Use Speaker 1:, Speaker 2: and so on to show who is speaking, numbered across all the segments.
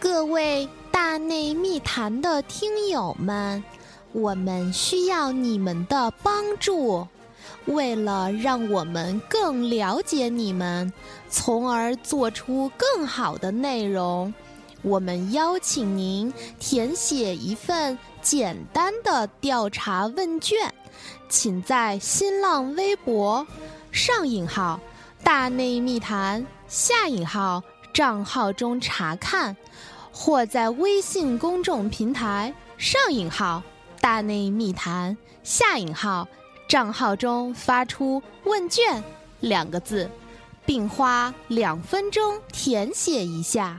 Speaker 1: 各位大内密谈的听友们，我们需要你们的帮助。为了让我们更了解你们，从而做出更好的内容，我们邀请您填写一份简单的调查问卷，请在新浪微博上引号“大内密谈”下引号账号中查看，或在微信公众平台上引号“大内密谈”下引号账号中发出“问卷”两个字，并花两分钟填写一下。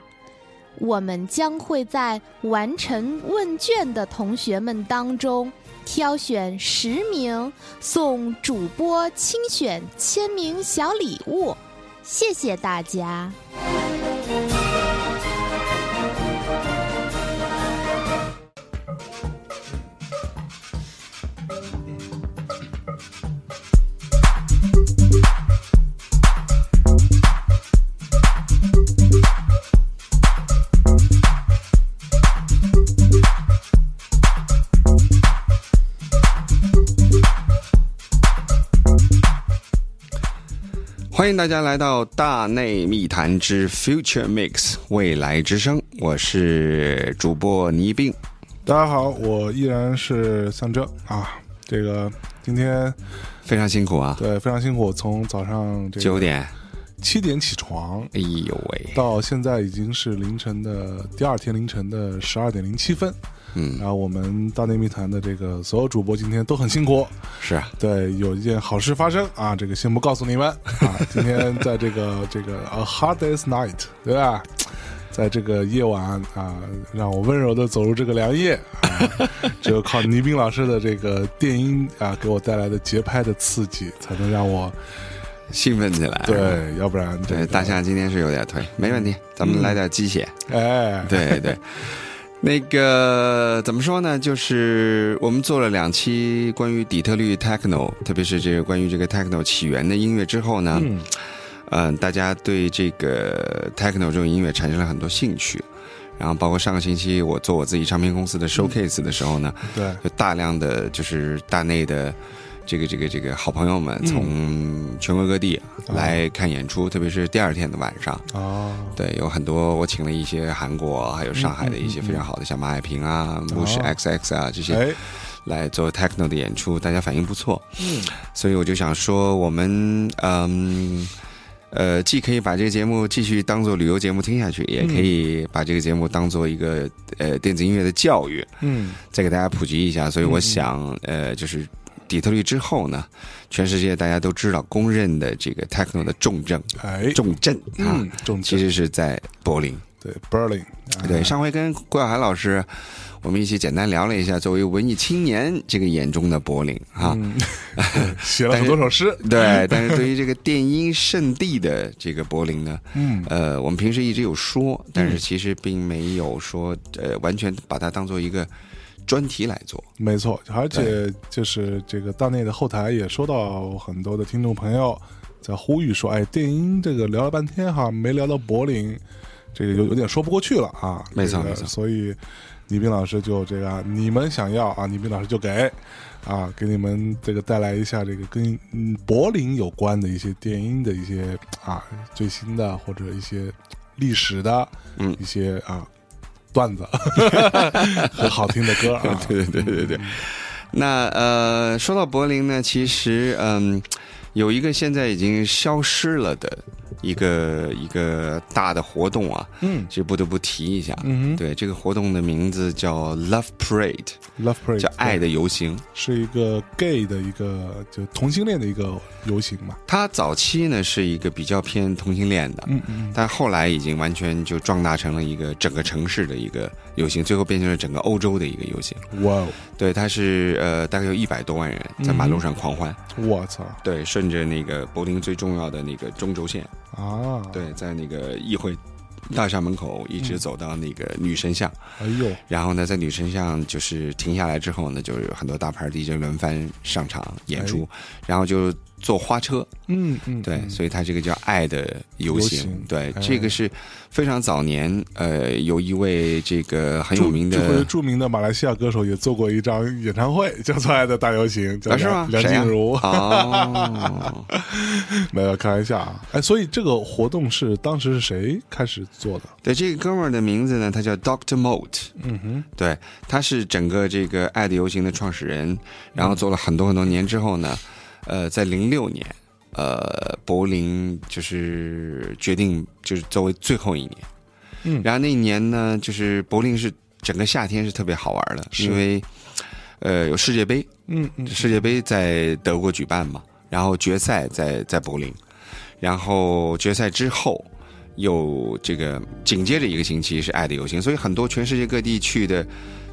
Speaker 1: 我们将会在完成问卷的同学们当中挑选十名，送主播亲选签名小礼物。谢谢大家！
Speaker 2: 欢迎大家来到《大内密谈之 Future Mix 未来之声》，我是主播倪冰。
Speaker 3: 大家好，我依然是象征啊。这个今天
Speaker 2: 非常辛苦啊，
Speaker 3: 对非常辛苦，从早上这
Speaker 2: 九
Speaker 3: 个
Speaker 2: 点，
Speaker 3: 七点起床，
Speaker 2: 哎呦喂，
Speaker 3: 到现在已经是凌晨的第二天凌晨的十二点零七分。
Speaker 2: 嗯，
Speaker 3: 然后我们大内密谈的这个所有主播今天都很辛苦，
Speaker 2: 是啊，
Speaker 3: 对，有一件好事发生啊，这个先不告诉你们 啊。今天在这个这个 a hard day's night，对吧？在这个夜晚啊，让我温柔的走入这个良夜啊，只有靠倪斌老师的这个电音啊，给我带来的节拍的刺激，才能让我
Speaker 2: 兴奋起来。啊
Speaker 3: 对，要不然这
Speaker 2: 哎对，
Speaker 3: 个
Speaker 2: 大夏今天是有点颓，没问题，咱们来点鸡血。
Speaker 3: 哎，
Speaker 2: 对对，那个怎么说呢？就是我们做了两期关于底特律 techno，特别是这个关于这个 techno 起源的音乐之后呢，
Speaker 3: 嗯
Speaker 2: 嗯、大家对这个 techno 这种音乐产生了很多兴趣。然后，包括上个星期我做我自己唱片公司的 showcase 的时候呢，
Speaker 3: 对，
Speaker 2: 就大量的就是大内的这个这个这个好朋友们
Speaker 3: 嗯
Speaker 2: 从全国各地来看演出，特别是第二天的晚上，
Speaker 3: 哦，
Speaker 2: 对，有很多我请了一些韩国啊还有上海的一些
Speaker 3: 嗯嗯嗯
Speaker 2: 非常好的，像马海平啊、牧师
Speaker 3: 哦
Speaker 2: XX 啊这些
Speaker 3: 哎，
Speaker 2: 来做 techno 的演出，大家反应不错。
Speaker 3: 嗯，
Speaker 2: 所以我就想说，我们嗯呃，既可以把这个节目继续当做旅游节目听下去，也可
Speaker 3: 嗯
Speaker 2: 以把这个节目当做一个呃电子音乐的教育，
Speaker 3: 嗯，
Speaker 2: 再给大家普及一下。所以我想，呃，就是底特律之后呢，全世界大家都知道公认的这个 techno 的重症
Speaker 3: 哎，
Speaker 2: 重镇啊，
Speaker 3: 嗯，重
Speaker 2: 其实是在柏林。
Speaker 3: 对 Berlin，啊
Speaker 2: 对，上回跟郭晓涵老师，我们一起简单聊了一下作为文艺青年这个眼中的柏林啊。
Speaker 3: 嗯，对 写了很多首诗，
Speaker 2: 对，但是对于这个电音圣地的这个柏林呢，
Speaker 3: 嗯，
Speaker 2: 呃，我们平时一直有说，但是其实并没有说呃完全把它当做一个专题来做。
Speaker 3: 没错，而且就是这个大内的后台也收到很多的听众朋友在呼吁说，哎，电音这个聊了半天哈，没聊到柏林，这个有有点说不过去了啊。
Speaker 2: 没错
Speaker 3: 这个
Speaker 2: 没错
Speaker 3: 所以倪斌老师就这个，你们想要啊，倪斌老师就给啊，给你们这个带来一下这个跟嗯柏林有关的一些电音的一些啊最新的或者一些历史的，
Speaker 2: 嗯
Speaker 3: 一些啊。段子 和好听的歌啊，
Speaker 2: 对对对对对。那呃，说到柏林呢，其实嗯，有一个现在已经消失了的一个一个大的活动啊，
Speaker 3: 嗯
Speaker 2: 这不得不提一下。
Speaker 3: 嗯
Speaker 2: 对，这个活动的名字叫 Love Parade，
Speaker 3: 哼，Love Parade
Speaker 2: 叫爱的游行。
Speaker 3: 是一个 gay 的一个就同性恋的一个游行嘛，
Speaker 2: 它早期呢是一个比较偏同性恋的，
Speaker 3: 嗯嗯，
Speaker 2: 但后来已经完全就壮大成了一个整个城市的一个游行，最后变成了整个欧洲的一个游行。
Speaker 3: 哇哦，
Speaker 2: 对，它是呃大概有一百多万人
Speaker 3: 嗯
Speaker 2: 在马路上狂欢，
Speaker 3: 我操
Speaker 2: 对，顺着那个柏林最重要的那个中轴线，
Speaker 3: 啊，，
Speaker 2: 对，在那个议会大厦门口一
Speaker 3: 嗯
Speaker 2: 直走到那个女神像。
Speaker 3: 哎呦，
Speaker 2: 然后呢，在女神像就是停下来之后呢，就是很多大牌 DJ 轮番上场演出，然后就坐花车，
Speaker 3: 嗯嗯，
Speaker 2: 对，
Speaker 3: 哎嗯
Speaker 2: 所以它这个叫爱的游行，
Speaker 3: 游行
Speaker 2: 对，
Speaker 3: 哎
Speaker 2: 这个是非常早年，呃，有一位这个很有名
Speaker 3: 著或者
Speaker 2: 的，
Speaker 3: 著名的马来西亚歌手也做过一张演唱会，叫做《爱的大游行》，叫
Speaker 2: 啊是吗？
Speaker 3: 梁梁
Speaker 2: 谁啊
Speaker 3: 静茹。
Speaker 2: 哦，
Speaker 3: 没有开玩笑啊！哎，所以这个活动是当时是谁开始做的？
Speaker 2: 对，这个哥们儿的名字呢，他叫 Doctor Moat，
Speaker 3: 嗯哼，
Speaker 2: 对，他是整个这个爱的游行的创始人，然后做了很多很多年之后呢，呃，在零六年，呃，柏林就是决定就是作为最后一年，
Speaker 3: 嗯
Speaker 2: 然后那一年呢，就是柏林是整个夏天是特别好玩的，
Speaker 3: 是
Speaker 2: 因为呃有世界杯，
Speaker 3: 嗯嗯，
Speaker 2: 世界杯在德国举办嘛，然后决赛在在柏林，然后决赛之后又这个紧接着一个星期是爱的游行，所以很多全世界各地去的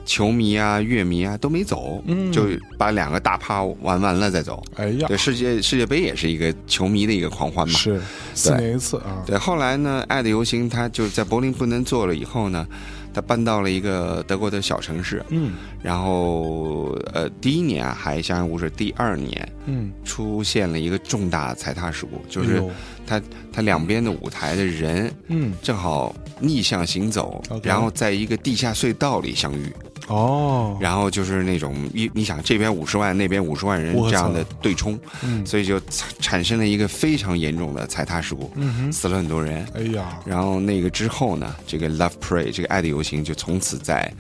Speaker 2: 球迷啊、乐迷啊都没走，
Speaker 3: 嗯
Speaker 2: 就把两个大趴玩完了再走。
Speaker 3: 哎呀，
Speaker 2: 对，世界世界杯也是一个球迷的一个狂欢嘛。
Speaker 3: 是四年一次啊，
Speaker 2: 对，后来呢，爱的游行它就在柏林不能做了以后呢，它搬到了一个德国的小城市，
Speaker 3: 嗯
Speaker 2: 然后呃，第一年还相安无事，第二年
Speaker 3: 嗯，
Speaker 2: 出现了一个重大踩踏事故，就
Speaker 3: 哎
Speaker 2: 是
Speaker 3: 呦
Speaker 2: 它两边的舞台的人
Speaker 3: 嗯
Speaker 2: 正好逆向行走
Speaker 3: OK
Speaker 2: 然后在一个地下隧道里相遇，
Speaker 3: 哦，
Speaker 2: 然后就是那种一你想这边五十万那边五十万人
Speaker 3: 我操
Speaker 2: 这样的对冲，
Speaker 3: 嗯
Speaker 2: 所以就产产生了一个非常严重的踩踏事故，
Speaker 3: 嗯哼，
Speaker 2: 死了很多人。
Speaker 3: 哎呀，
Speaker 2: 然后那个之后呢，这个 Love Parade 这个爱的游行就从此在。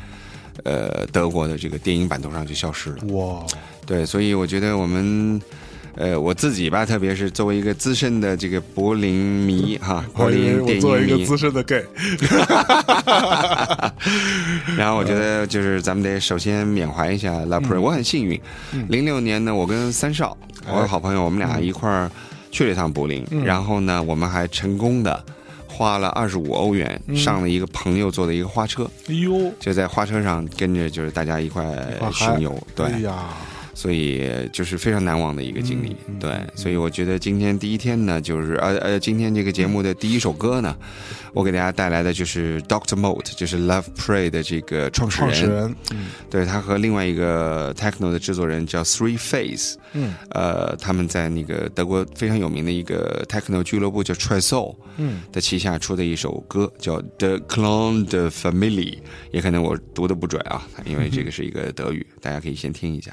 Speaker 2: 呃，德国的这个电影版图上就消失了。
Speaker 3: 哇，
Speaker 2: 对，所以我觉得我们，呃，我自己吧，特别是作为一个资深的这个柏林迷 哈，柏
Speaker 3: 我以为
Speaker 2: 林
Speaker 3: 我
Speaker 2: 电
Speaker 3: 作为一
Speaker 2: 影
Speaker 3: 个
Speaker 2: 迷，
Speaker 3: 资深的 gay，
Speaker 2: 然后我觉得就是咱们得首先缅怀一下 La p r a 我很幸运，零六年呢，我跟三少，
Speaker 3: 嗯哎嗯
Speaker 2: 我的好朋友，我们俩一块儿去了一趟柏林，然后呢，我们还成功的。花了二十五欧元
Speaker 3: 嗯
Speaker 2: 上了一个朋友坐的一个花车，
Speaker 3: 哎呦，
Speaker 2: 就在花车上跟着就是大家一块
Speaker 3: 块嗨
Speaker 2: 巡游，对，
Speaker 3: 哎呀，
Speaker 2: 所以就是非常难忘的一个经历。
Speaker 3: 嗯嗯
Speaker 2: 对
Speaker 3: 嗯，
Speaker 2: 所以我觉得今天第一天呢，就是呃呃，今天这个节目的第一首歌呢，我给大家带来的就是 Doctor Moat，就是 Love Pray 的这个创始
Speaker 3: 创
Speaker 2: 人，
Speaker 3: 始人，嗯
Speaker 2: 对他和另外一个 Techno 的制作人叫 Three Face，
Speaker 3: 嗯
Speaker 2: 呃，他们在那个德国非常有名的一个 Techno 俱乐部叫 Try Soul
Speaker 3: 嗯，
Speaker 2: 的旗下出的一首歌叫 The Clone the Family，也可能我读的不准啊，因为这个是一个德语，大家可以先听一下。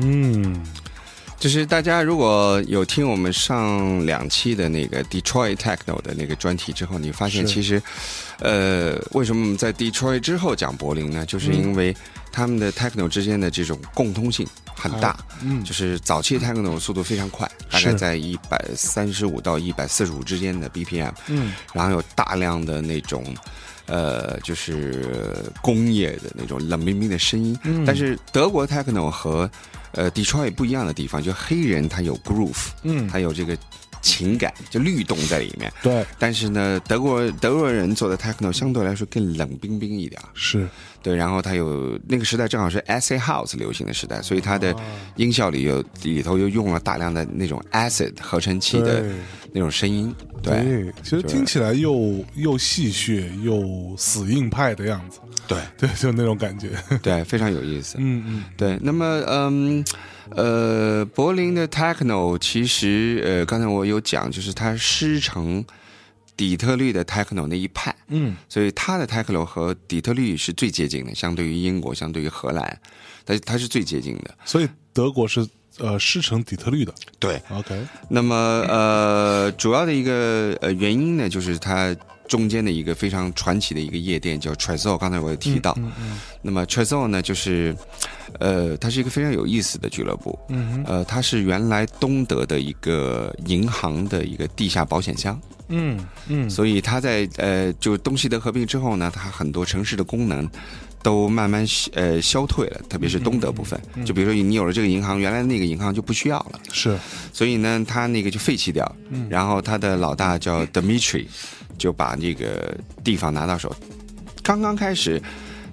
Speaker 3: 嗯，
Speaker 2: 就是大家如果有听我们上两期的那个 Detroit Techno 的那个专题之后，你发现
Speaker 3: 是
Speaker 2: 其实，呃，为什么我们在 Detroit 之后讲柏林呢？就是
Speaker 3: 嗯
Speaker 2: 因为他们的 Techno 之间的这种共通性很大，
Speaker 3: 嗯
Speaker 2: 就是早期的 Techno 速度非常快，大概
Speaker 3: 是
Speaker 2: 在一百三十五到一百四十五之间的 BPM，
Speaker 3: 嗯
Speaker 2: 然后有大量的那种。呃，就是工业的那种冷冰冰的声音，
Speaker 3: 嗯
Speaker 2: 但是德国 techno 和呃 Detroit 不一样的地方，就黑人他有 groove，
Speaker 3: 嗯，
Speaker 2: 他有这个情感，就律动在里面。
Speaker 3: 对，
Speaker 2: 但是呢，德国德国人做的 techno 相对来说更冷冰冰一点儿。
Speaker 3: 是
Speaker 2: 对，然后他有那个时代正好是 acid house 流行的时代，所以它
Speaker 3: 哦
Speaker 2: 的音效里有里头又用了大量的那种 acid 合成器的
Speaker 3: 对
Speaker 2: 那种声音。对
Speaker 3: 对，其实
Speaker 2: 就是
Speaker 3: 听起来又又戏谑又死硬派的样子，
Speaker 2: 对
Speaker 3: 对，就那种感觉，
Speaker 2: 对，非常有意思。
Speaker 3: 嗯嗯，
Speaker 2: 对，那么嗯，呃，柏林的 techno 其实呃，刚才我有讲，就是它师承底特律的 techno 那一派，
Speaker 3: 嗯，
Speaker 2: 所以它的 techno 和底特律是最接近的，相对于英国，相对于荷兰，它它是最接近的。
Speaker 3: 所以德国是呃师承底特律的
Speaker 2: 对，
Speaker 3: ，OK，
Speaker 2: 那么呃，主要的一个呃原因呢，就是它中间的一个非常传奇的一个夜店叫 Trezor，刚才我也提到。
Speaker 3: 嗯嗯
Speaker 2: 那么 Trezor 呢，就是呃，它是一个非常有意思的俱乐部。
Speaker 3: 嗯
Speaker 2: 呃，它是原来东德的一个银行的一个地下保险箱，
Speaker 3: 嗯嗯
Speaker 2: 所以它在呃，就东西德合并之后呢，它很多城市的功能都慢慢呃消退了，特别是东德部分。
Speaker 3: 嗯
Speaker 2: 就比如说你有了这个银行，原来那个银行就不需要了，
Speaker 3: 是，
Speaker 2: 所以呢，它那个就废弃掉了。
Speaker 3: 嗯
Speaker 2: 然后它的老大叫 Dmitry，就把这个地方拿到手。刚刚开始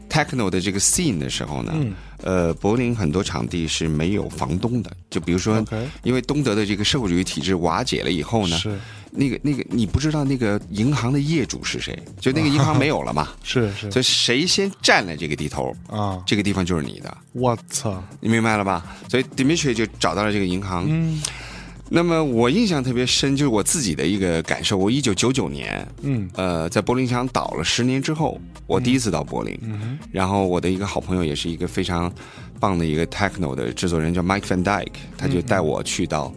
Speaker 2: techno 的这个 scene 的时候呢，
Speaker 3: 嗯
Speaker 2: 呃，柏林很多场地是没有房东的，就比如说。
Speaker 3: ，OK，
Speaker 2: 因为东德的这个社会主义体制瓦解了以后呢，
Speaker 3: 是
Speaker 2: 那个那个你不知道那个银行的业主是谁，就那个银行没有了 嘛，
Speaker 3: 是是
Speaker 2: 所以谁先占了这个地头，
Speaker 3: 啊，
Speaker 2: 这个地方就是你的，
Speaker 3: 我操，
Speaker 2: 你明白了吧？所以 Dimitri 就找到了这个银行。
Speaker 3: 嗯
Speaker 2: 那么我印象特别深，就是我自己的一个感受。我一九九九年，
Speaker 3: 嗯
Speaker 2: 呃，在柏林墙倒了十年之后，我第一次到柏林，
Speaker 3: 嗯
Speaker 2: 然后我的一个好朋友，也是一个非常棒的一个 techno 的制作人，叫 Mike Van Dyke，他就带我去到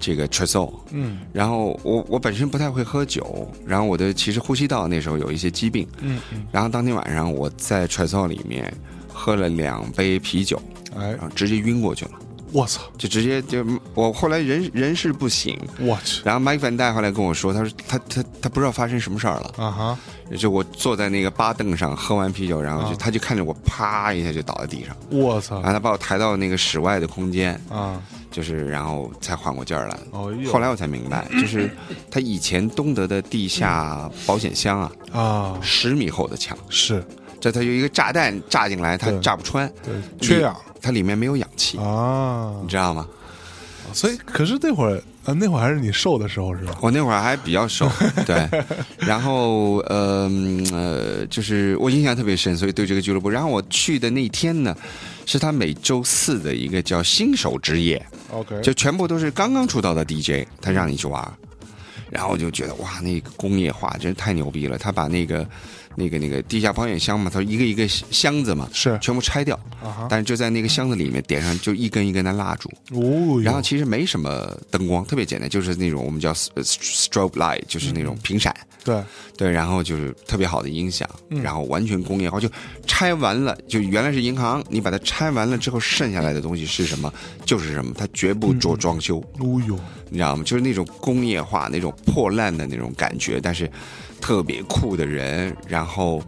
Speaker 2: 这个 Trezor，
Speaker 3: 嗯
Speaker 2: 然后我我本身不太会喝酒，然后我的其实呼吸道那时候有一些疾病，
Speaker 3: 嗯嗯，
Speaker 2: 然后当天晚上我在 Trezor 里面喝了两杯啤酒，
Speaker 3: 哎
Speaker 2: 然，后直接晕过去了，
Speaker 3: 我操，
Speaker 2: 就直接就我后来人人事不醒，
Speaker 3: 我去
Speaker 2: 然后 Mike Van Dyke 后来跟我说，他说他他他不知道发生什么事儿了。
Speaker 3: 啊哈，
Speaker 2: 就我坐在那个巴凳上喝完啤酒，然
Speaker 3: 啊
Speaker 2: 后就、他就看着我啪一下就倒在地上，
Speaker 3: 我
Speaker 2: 然
Speaker 3: 操
Speaker 2: 后他把我抬到那个室外的空间，
Speaker 3: 啊，
Speaker 2: 就是然后才缓过劲儿来。
Speaker 3: 哦呦，
Speaker 2: 后来我才明白，就是他以前东德的地下保险箱啊，
Speaker 3: 啊
Speaker 2: 十米厚的墙，
Speaker 3: 是
Speaker 2: 这它有一个炸弹炸进来，它
Speaker 3: 对
Speaker 2: 炸不穿，
Speaker 3: 对缺氧
Speaker 2: 它里面没有氧气，
Speaker 3: 啊
Speaker 2: 你，知道吗？
Speaker 3: 所以可是那会儿啊，那会儿还是你瘦的时候是吧？
Speaker 2: 我那会儿还比较瘦，对，然后呃嗯呃，就是我印象特别深，所以对这个俱乐部。然后我去的那天呢，是他每周四的一个叫新手之夜，
Speaker 3: OK，
Speaker 2: 就全部都是刚刚出道的 DJ，他让你去玩儿。然后我就觉得哇，那个工业化真是太牛逼了！他把那个、那个、那个地下保险箱嘛，他一个一个箱子嘛，
Speaker 3: 是
Speaker 2: 全部拆掉，
Speaker 3: 啊哈，
Speaker 2: 但是就在那个箱子里面点上就一根一根的蜡烛，
Speaker 3: 哦哟，
Speaker 2: 然后其实没什么灯光，特别简单，就是那种我们叫 s- strobe light，就是那种屏闪，
Speaker 3: 对，
Speaker 2: 对，然后就是特别好的音响，然后完全工业化，就拆完了，就原来是银行，你把它拆完了之后，剩下来的东西是什么就是什么，它绝不做装修，
Speaker 3: 哦哟，
Speaker 2: 你知道吗？就是那种工业化、那种破烂的那种感觉，但是特别酷的人，然后。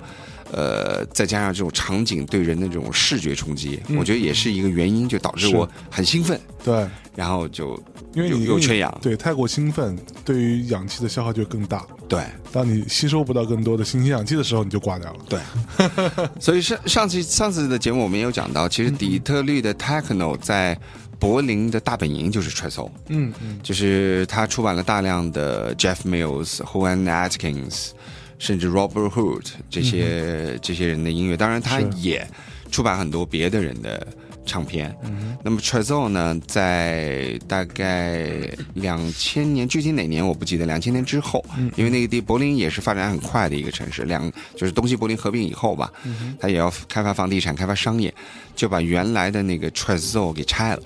Speaker 2: 呃，再加上这种场景对人的这种视觉冲击，我觉得也是一个原因，就导致
Speaker 3: 是
Speaker 2: 我很兴奋，
Speaker 3: 对，
Speaker 2: 然后就
Speaker 3: 因为
Speaker 2: 有
Speaker 3: 你
Speaker 2: 有
Speaker 3: 因为
Speaker 2: 缺
Speaker 3: 你
Speaker 2: 氧
Speaker 3: 对，太过兴奋，对于氧气的消耗就更大。
Speaker 2: 对，
Speaker 3: 当你吸收不到更多的新鲜氧气的时候，你就挂掉了。
Speaker 2: 对，所以上上次上次的节目我们也有讲到，其实底特律的 Techno 在柏林的大本营就是 t r e z o
Speaker 3: 嗯嗯，
Speaker 2: 就是他出版了大量的 Jeff Mills、Juan Atkins，甚至 Robert Hood 这些、这些人的音乐，当然他
Speaker 3: 是
Speaker 2: 也出版很多别的人的。唱片。那么 Trezor 呢，在大概两千年，具体哪年我不记得，两千年之后，因为那个地柏林也是发展很快的一个城市，两就是东西柏林合并以后吧，它也要开发房地产、开发商业，就把原来的那个 Trezor 给拆了。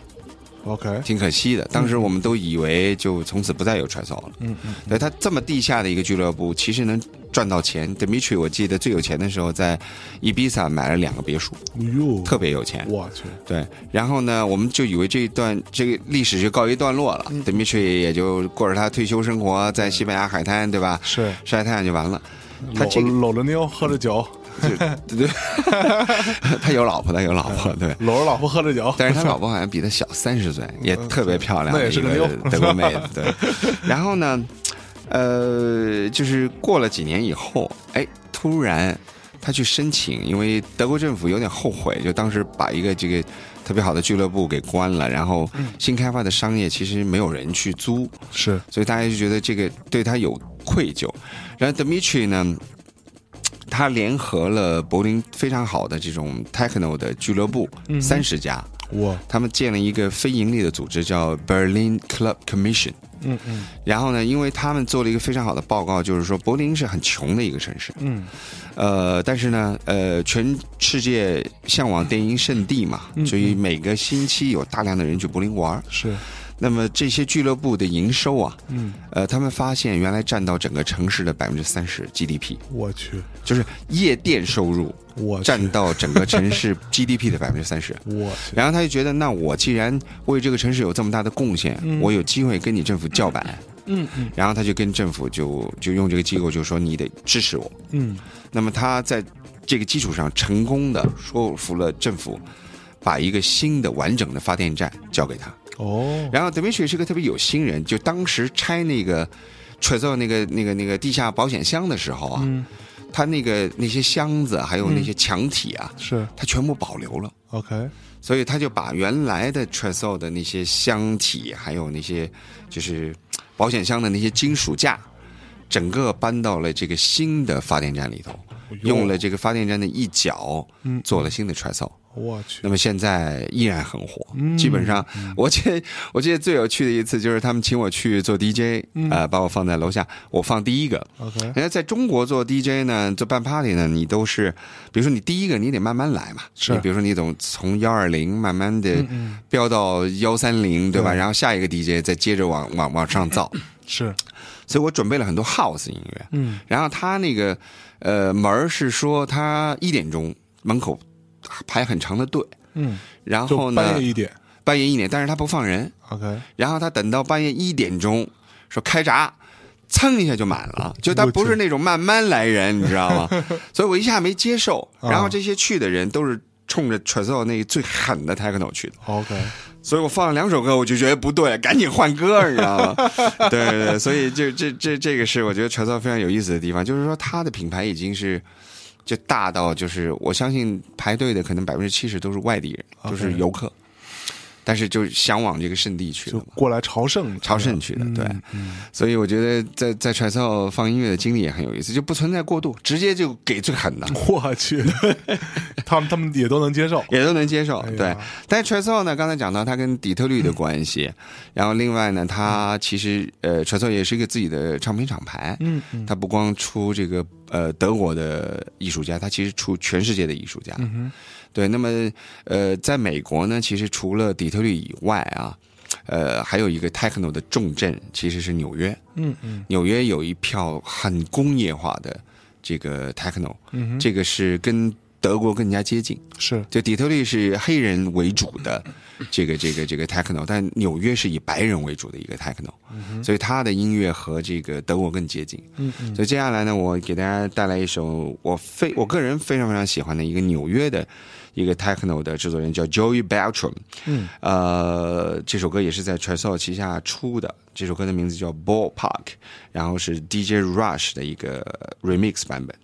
Speaker 3: OK，
Speaker 2: 挺可惜的。当时我们都以为就从此不再有传销了。嗯嗯，对他这么地下的一个俱乐部，其实能赚到钱。Dimitri 我记得最有钱的时候在伊比萨买了两个别墅，
Speaker 3: 哟，
Speaker 2: 特别有钱。
Speaker 3: 我去，
Speaker 2: 对，然后呢，我们就以为这一段这个历史就告一段落了。Dimitri 也就过着他退休生活，在西班牙海滩，对吧？
Speaker 3: 是
Speaker 2: 晒太阳就嗯完了。他
Speaker 3: 搂
Speaker 2: 这个
Speaker 3: 搂着妞，喝着酒，
Speaker 2: 就对， 他有老婆，他有老婆，对。
Speaker 3: 搂着老婆喝着酒，
Speaker 2: 但是他老婆好像比他小三十岁，也特别漂亮，
Speaker 3: 那也是个妞
Speaker 2: 德国妹子。 对，然后呢，呃，就是过了几年以后，哎，突然他去申请，因为德国政府有点后悔，就当时把一个这个特别好的俱乐部给关了，然后新开发的商业其实没有人去租，
Speaker 3: 是
Speaker 2: 所以大家就觉得这个对他有愧疚。然后 Dimitri 呢，他联合了柏林非常好的这种 techno 的俱乐部，
Speaker 3: 嗯
Speaker 2: 三十、家，
Speaker 3: 我，
Speaker 2: 他们建了一个非盈利的组织叫 Berlin Club Commission。
Speaker 3: 嗯嗯
Speaker 2: 然后呢，因为他们做了一个非常好的报告，就是说柏林是很穷的一个城市，
Speaker 3: 嗯，
Speaker 2: 呃，但是呢，呃，全世界向往电影圣地嘛，所以每个星期有大量的人去柏林玩儿。
Speaker 3: 是，
Speaker 2: 那么这些俱乐部的营收啊，
Speaker 3: 嗯，
Speaker 2: 呃，他们发现原来占到整个城市的百分之三十 GDP，
Speaker 3: 我去，
Speaker 2: 就是夜店收入
Speaker 3: 我去
Speaker 2: 占到整个城市 GDP 的百分之三十。
Speaker 3: 我去，
Speaker 2: 然后他就觉得，那我既然为这个城市有这么大的贡献，我有机会跟你政府叫板。
Speaker 3: 嗯嗯
Speaker 2: 然后他就跟政府就就用这个机构就说你得支持我。
Speaker 3: 嗯，
Speaker 2: 那么他在这个基础上成功的说服了政府，把一个新的完整的发电站交给他。
Speaker 3: 哦，
Speaker 2: 然后德米雪是个特别有心人，就当时拆那个 t r e z o 那个那个那个地下保险箱的时候啊，
Speaker 3: 嗯
Speaker 2: 他那个那些箱子还有那些墙体啊，
Speaker 3: 是
Speaker 2: 他全部保留了。
Speaker 3: OK，
Speaker 2: 所以他就把原来的 Tresol 的那些箱体，还有那些就是保险箱的那些金属架，整个搬到了这个新的发电站里头，
Speaker 3: 啊
Speaker 2: 用了这个发电站的一角，做了新的 Tresol。
Speaker 3: 我去
Speaker 2: 那，么现在依然很火，基本上我记得我记得最有趣的一次就是他们请我去做 DJ，啊，把我放在楼下，我放第一个。
Speaker 3: OK
Speaker 2: 人家在中国做 DJ 呢，做办 party 呢，你都是，比如说你第一个你得慢慢来嘛，
Speaker 3: 是
Speaker 2: 你比如说你总从幺二零慢慢的
Speaker 3: 嗯
Speaker 2: 飙到幺三零，对吧？
Speaker 3: 对
Speaker 2: 然后下一个 DJ 再接着往往往上 造，
Speaker 3: 是，
Speaker 2: 所以我准备了很多 house 音乐，
Speaker 3: 嗯
Speaker 2: 然后他那个呃门儿是说他一点钟门口排很长的队。
Speaker 3: 嗯，
Speaker 2: 然后
Speaker 3: 就
Speaker 2: 呢？
Speaker 3: 半夜一点
Speaker 2: 半夜一点，但是他不放人，
Speaker 3: ，OK，
Speaker 2: 然后他等到半夜一点钟说开闸，噌一下就满了，就他不是那种慢慢来人，你知道吗？ 所以我一下没接受，
Speaker 3: 啊
Speaker 2: 然后这些去的人都是冲着 t r e z o 那最狠的 techno 去的，
Speaker 3: OK，
Speaker 2: 所以我放了两首歌，我就觉得不对，赶紧换歌，你知道 吗？对对对，所以就这这这个是我觉得 t r e z o 非常有意思的地方，就是说他的品牌已经是。就大到就是，我相信排队的可能百分之七十都是外地人，
Speaker 3: OK
Speaker 2: 就是游客，但是就向往这个圣地去了
Speaker 3: 就
Speaker 2: 嘛。
Speaker 3: 过来朝圣的，
Speaker 2: 朝圣去的，对，
Speaker 3: 嗯
Speaker 2: 所以我觉得在在传校放音乐的经历也很有意思，就不存在过度，直接就给最狠的，
Speaker 3: 我去， 他们他们也都能接受，
Speaker 2: 也都能接受
Speaker 3: 哎呀，嗯
Speaker 2: 对。但是 t r e z o 呢，刚才讲到他跟底特律的关系，然后另外呢，他其实呃 t r e z o 也是一个自己的唱片厂牌，
Speaker 3: 嗯嗯
Speaker 2: 他不光出这个呃德国的艺术家，他其实出全世界的艺术家，
Speaker 3: 嗯哼
Speaker 2: 对。那么呃，在美国呢，其实除了底特律以外啊，呃，还有一个 techno 的重镇其实是纽约，
Speaker 3: 嗯嗯
Speaker 2: 纽约有一票很工业化的这个 techno，、
Speaker 3: 嗯哼，
Speaker 2: 这个是跟德国更加接近。
Speaker 3: 是
Speaker 2: 就底特律是黑人为主的这个这个这个 techno，但纽约是以白人为主的一个 techno，、所以它的音乐和这个德国更接近。
Speaker 3: 嗯嗯
Speaker 2: 所以接下来呢，我给大家带来一首我非我个人非常非常喜欢的一个纽约的一个 techno 的制作人叫 Joey Beltram，
Speaker 3: 嗯，
Speaker 2: 呃，这首歌也是在 t r e s o 旗下出的，这首歌的名字叫 Ballpark，然后是 DJ Rush 的一个 remix 版本。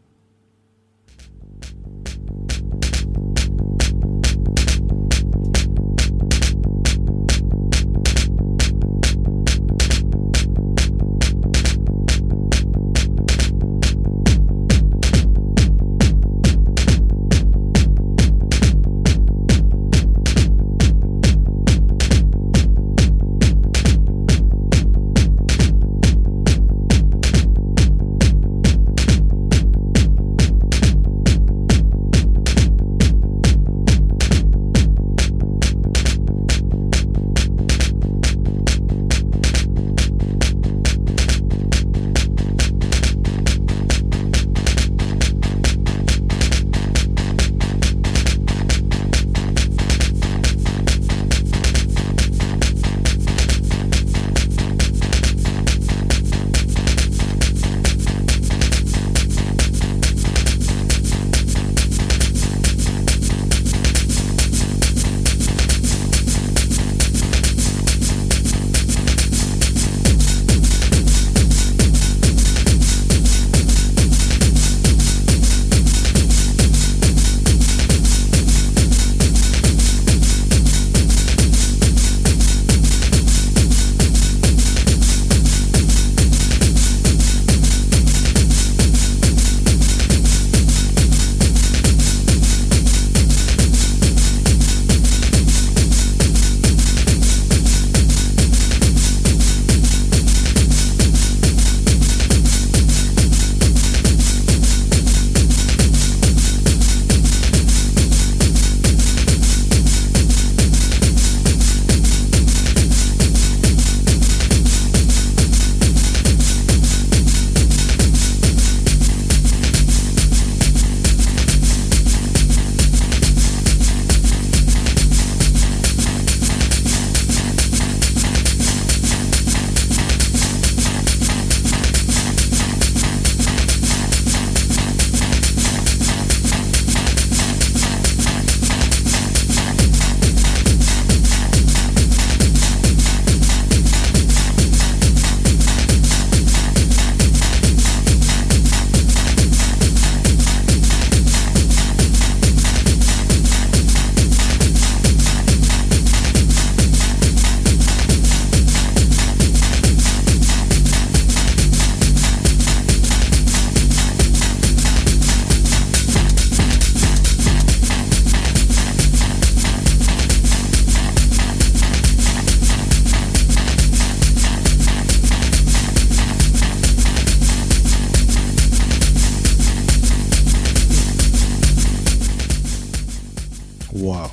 Speaker 3: 哇哦！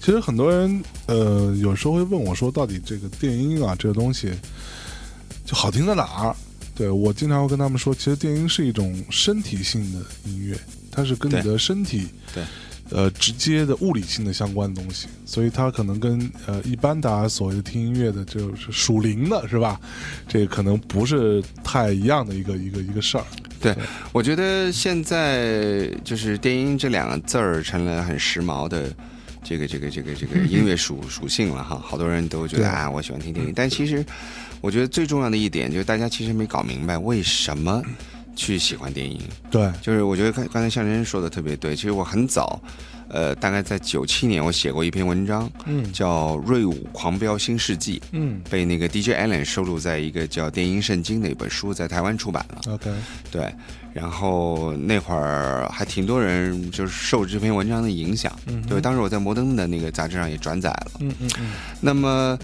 Speaker 3: 其实很多人呃，有时候会问我说，到底这个电音啊，这个东西就好听在哪儿？对我经常会跟他们说，其实电音是一种身体性的音乐，它是跟你
Speaker 2: 对
Speaker 3: 的身体
Speaker 2: 对
Speaker 3: 呃直接的物理性的相关的东西，所以它可能跟呃一般大家所谓的听音乐的就是属灵的是吧？这可能不是太一样的一个一个一个事儿。
Speaker 2: 对，我觉得现在就是“电音”这两个字儿成了很时髦的这个这个这个这个音乐属属性了哈，好多人都觉
Speaker 3: 对
Speaker 2: 得啊，我喜欢听电音，但其实我觉得最重要的一点就是大家其实没搞明白为什么去喜欢电音。
Speaker 3: 对，
Speaker 2: 就是我觉得刚刚才向真说的特别对，其实我很早，呃，大概在九七年我写过一篇文章，
Speaker 3: 嗯
Speaker 2: 叫《瑞舞狂飙新世纪》，
Speaker 3: 嗯
Speaker 2: 被那个 DJ Allen 收录在一个叫《电音圣经》的一本书，在台湾出版了。
Speaker 3: ，OK，
Speaker 2: 嗯对，然后那会儿还挺多人就是受这篇文章的影响，
Speaker 3: 嗯
Speaker 2: 对，当时我在摩登的那个杂志上也转载了。
Speaker 3: 嗯嗯嗯，
Speaker 2: 那么，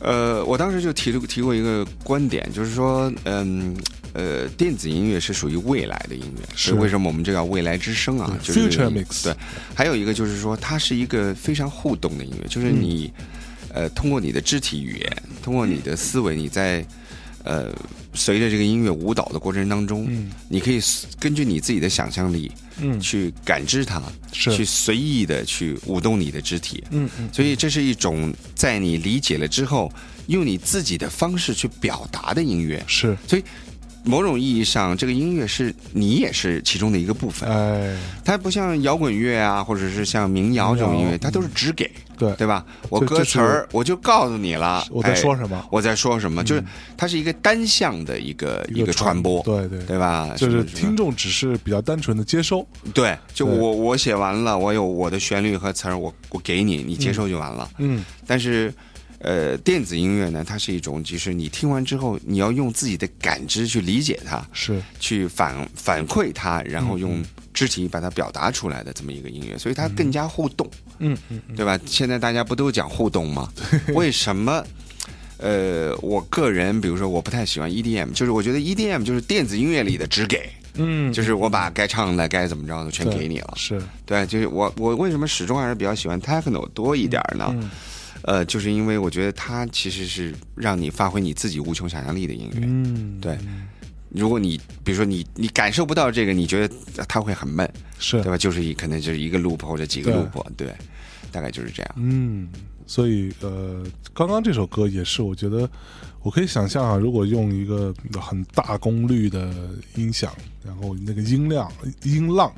Speaker 2: 呃，我当时就提出提过一个观点，就是说，嗯。呃，电子音乐是属于未来的音乐，
Speaker 3: 是
Speaker 2: 所以为什么我们这叫未来之声啊？
Speaker 3: 对
Speaker 2: 就是
Speaker 3: future mix
Speaker 2: 对，还有一个就是说，它是一个非常互动的音乐，就是你，
Speaker 3: 嗯
Speaker 2: 呃，通过你的肢体语言，通过你的思维，你在，呃，随着这个音乐舞蹈的过程当中，
Speaker 3: 嗯
Speaker 2: 你可以 s- 根据你自己的想象力
Speaker 3: 嗯
Speaker 2: 去感知它，
Speaker 3: 是
Speaker 2: 去随意的去舞动你的肢体，
Speaker 3: 嗯嗯，
Speaker 2: 所以这是一种在你理解了之后，用你自己的方式去表达的音乐。
Speaker 3: 是，
Speaker 2: 所以某种意义上，这个音乐是你也是其中的一个部分。
Speaker 3: 哎，
Speaker 2: 它不像摇滚乐啊，或者是像民谣这种音
Speaker 3: 民
Speaker 2: 乐，
Speaker 3: 谣
Speaker 2: 它都是只给，
Speaker 3: 对，
Speaker 2: 对吧？我
Speaker 3: 这
Speaker 2: 歌词儿我就告诉你了，
Speaker 3: 我在说
Speaker 2: 么、
Speaker 3: 什么？嗯
Speaker 2: 我在说什么，就是它是一个单向的一个一个传播。
Speaker 3: 对对，
Speaker 2: 哎对吧？
Speaker 3: 就是
Speaker 2: 什么什么
Speaker 3: 听众只是比较单纯的接收，
Speaker 2: 对，就
Speaker 3: 对
Speaker 2: 我我写完了，我有我的旋律和词儿，我我给你，你接受就完了。
Speaker 3: 嗯，
Speaker 2: 但是，呃，电子音乐呢，它是一种，就是你听完之后，你要用自己的感知去理解它，
Speaker 3: 是
Speaker 2: 去反反馈它，然
Speaker 3: 嗯
Speaker 2: 后用肢体把它表达出来的这么一个音乐，所以它更加互动，
Speaker 3: 嗯嗯
Speaker 2: 对吧？现在大家不都讲互动吗？ 为什么？呃，我个人比如说我不太喜欢 EDM，就是我觉得 EDM 就是电子音乐里的只给，
Speaker 3: 嗯，
Speaker 2: 就是我把该唱的、该怎么着的全
Speaker 3: 对
Speaker 2: 给你了。
Speaker 3: 是
Speaker 2: 对，就是我我为什么始终还是比较喜欢 techno 多一点儿呢？
Speaker 3: 嗯
Speaker 2: 呃，就是因为我觉得它其实是让你发挥你自己无穷想象力的音乐。
Speaker 3: 嗯，
Speaker 2: 对，如果你比如说你你感受不到这个，你觉得它会很闷，
Speaker 3: 是
Speaker 2: 对吧？就是一可能就是一个 loop 或者几个
Speaker 3: 对
Speaker 2: loop，对，大概就是这样。
Speaker 3: 嗯，所以呃，刚刚这首歌也是，我觉得我可以想象啊，如果用一个很大功率的音响，然后那个音量、音浪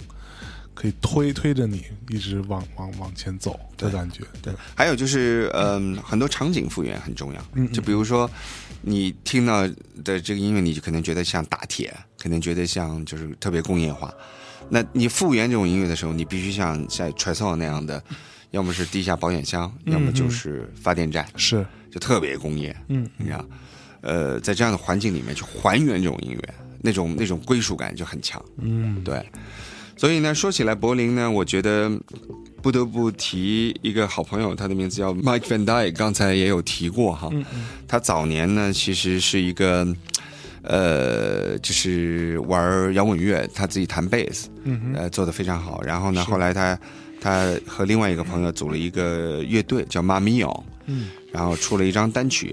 Speaker 3: 可以推推着你一直往往往前走的感觉，对，
Speaker 2: 还有就是，嗯、很多场景复原很重要。
Speaker 3: 嗯嗯
Speaker 2: 就比如说，你听到的这个音乐，你就可能觉得像打铁，可能觉得像就是特别工业化。那你复原这种音乐的时候，你必须像在 t r a s o 那样的，
Speaker 3: 嗯
Speaker 2: 要么是地下保险箱，要么就是发电站，
Speaker 3: 是，
Speaker 2: 就特别工业。
Speaker 3: 嗯
Speaker 2: 你知道，呃，在这样的环境里面去还原这种音乐，那种那种归属感就很强。
Speaker 3: 嗯，
Speaker 2: 对，所以呢，说起来柏林呢，我觉得不得不提一个好朋友，他的名字叫 Mike Van Dyke，刚才也有提过哈。
Speaker 3: 嗯
Speaker 2: 他早年呢，其实是一个呃，就是玩摇滚乐，他自己弹贝斯，
Speaker 3: 嗯
Speaker 2: 呃，做的非常好。然后呢，后来他他和另外一个朋友组了一个乐队，叫 Mamio。
Speaker 3: 嗯，
Speaker 2: 然后出了一张单曲，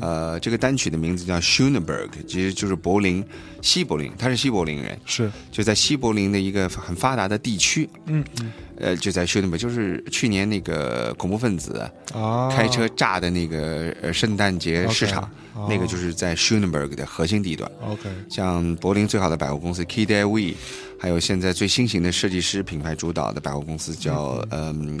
Speaker 2: 呃，这个单曲的名字叫 Schoenberg，其实就是柏林，西柏林，他是西柏林人，
Speaker 3: 是，
Speaker 2: 就在西柏林的一个很发达的地区，
Speaker 3: 嗯嗯
Speaker 2: 呃，就在休顿堡，就是去年那个恐怖分子
Speaker 3: 啊，
Speaker 2: 开车炸的那个呃圣诞节
Speaker 3: OK，
Speaker 2: 市场，
Speaker 3: 哦
Speaker 2: 那个就是在 Schoenberg 的核心地段。
Speaker 3: OK，
Speaker 2: 像柏林最好的百货公司 Key Day We，还有现在最新型的设计师品牌主导的百货公司叫嗯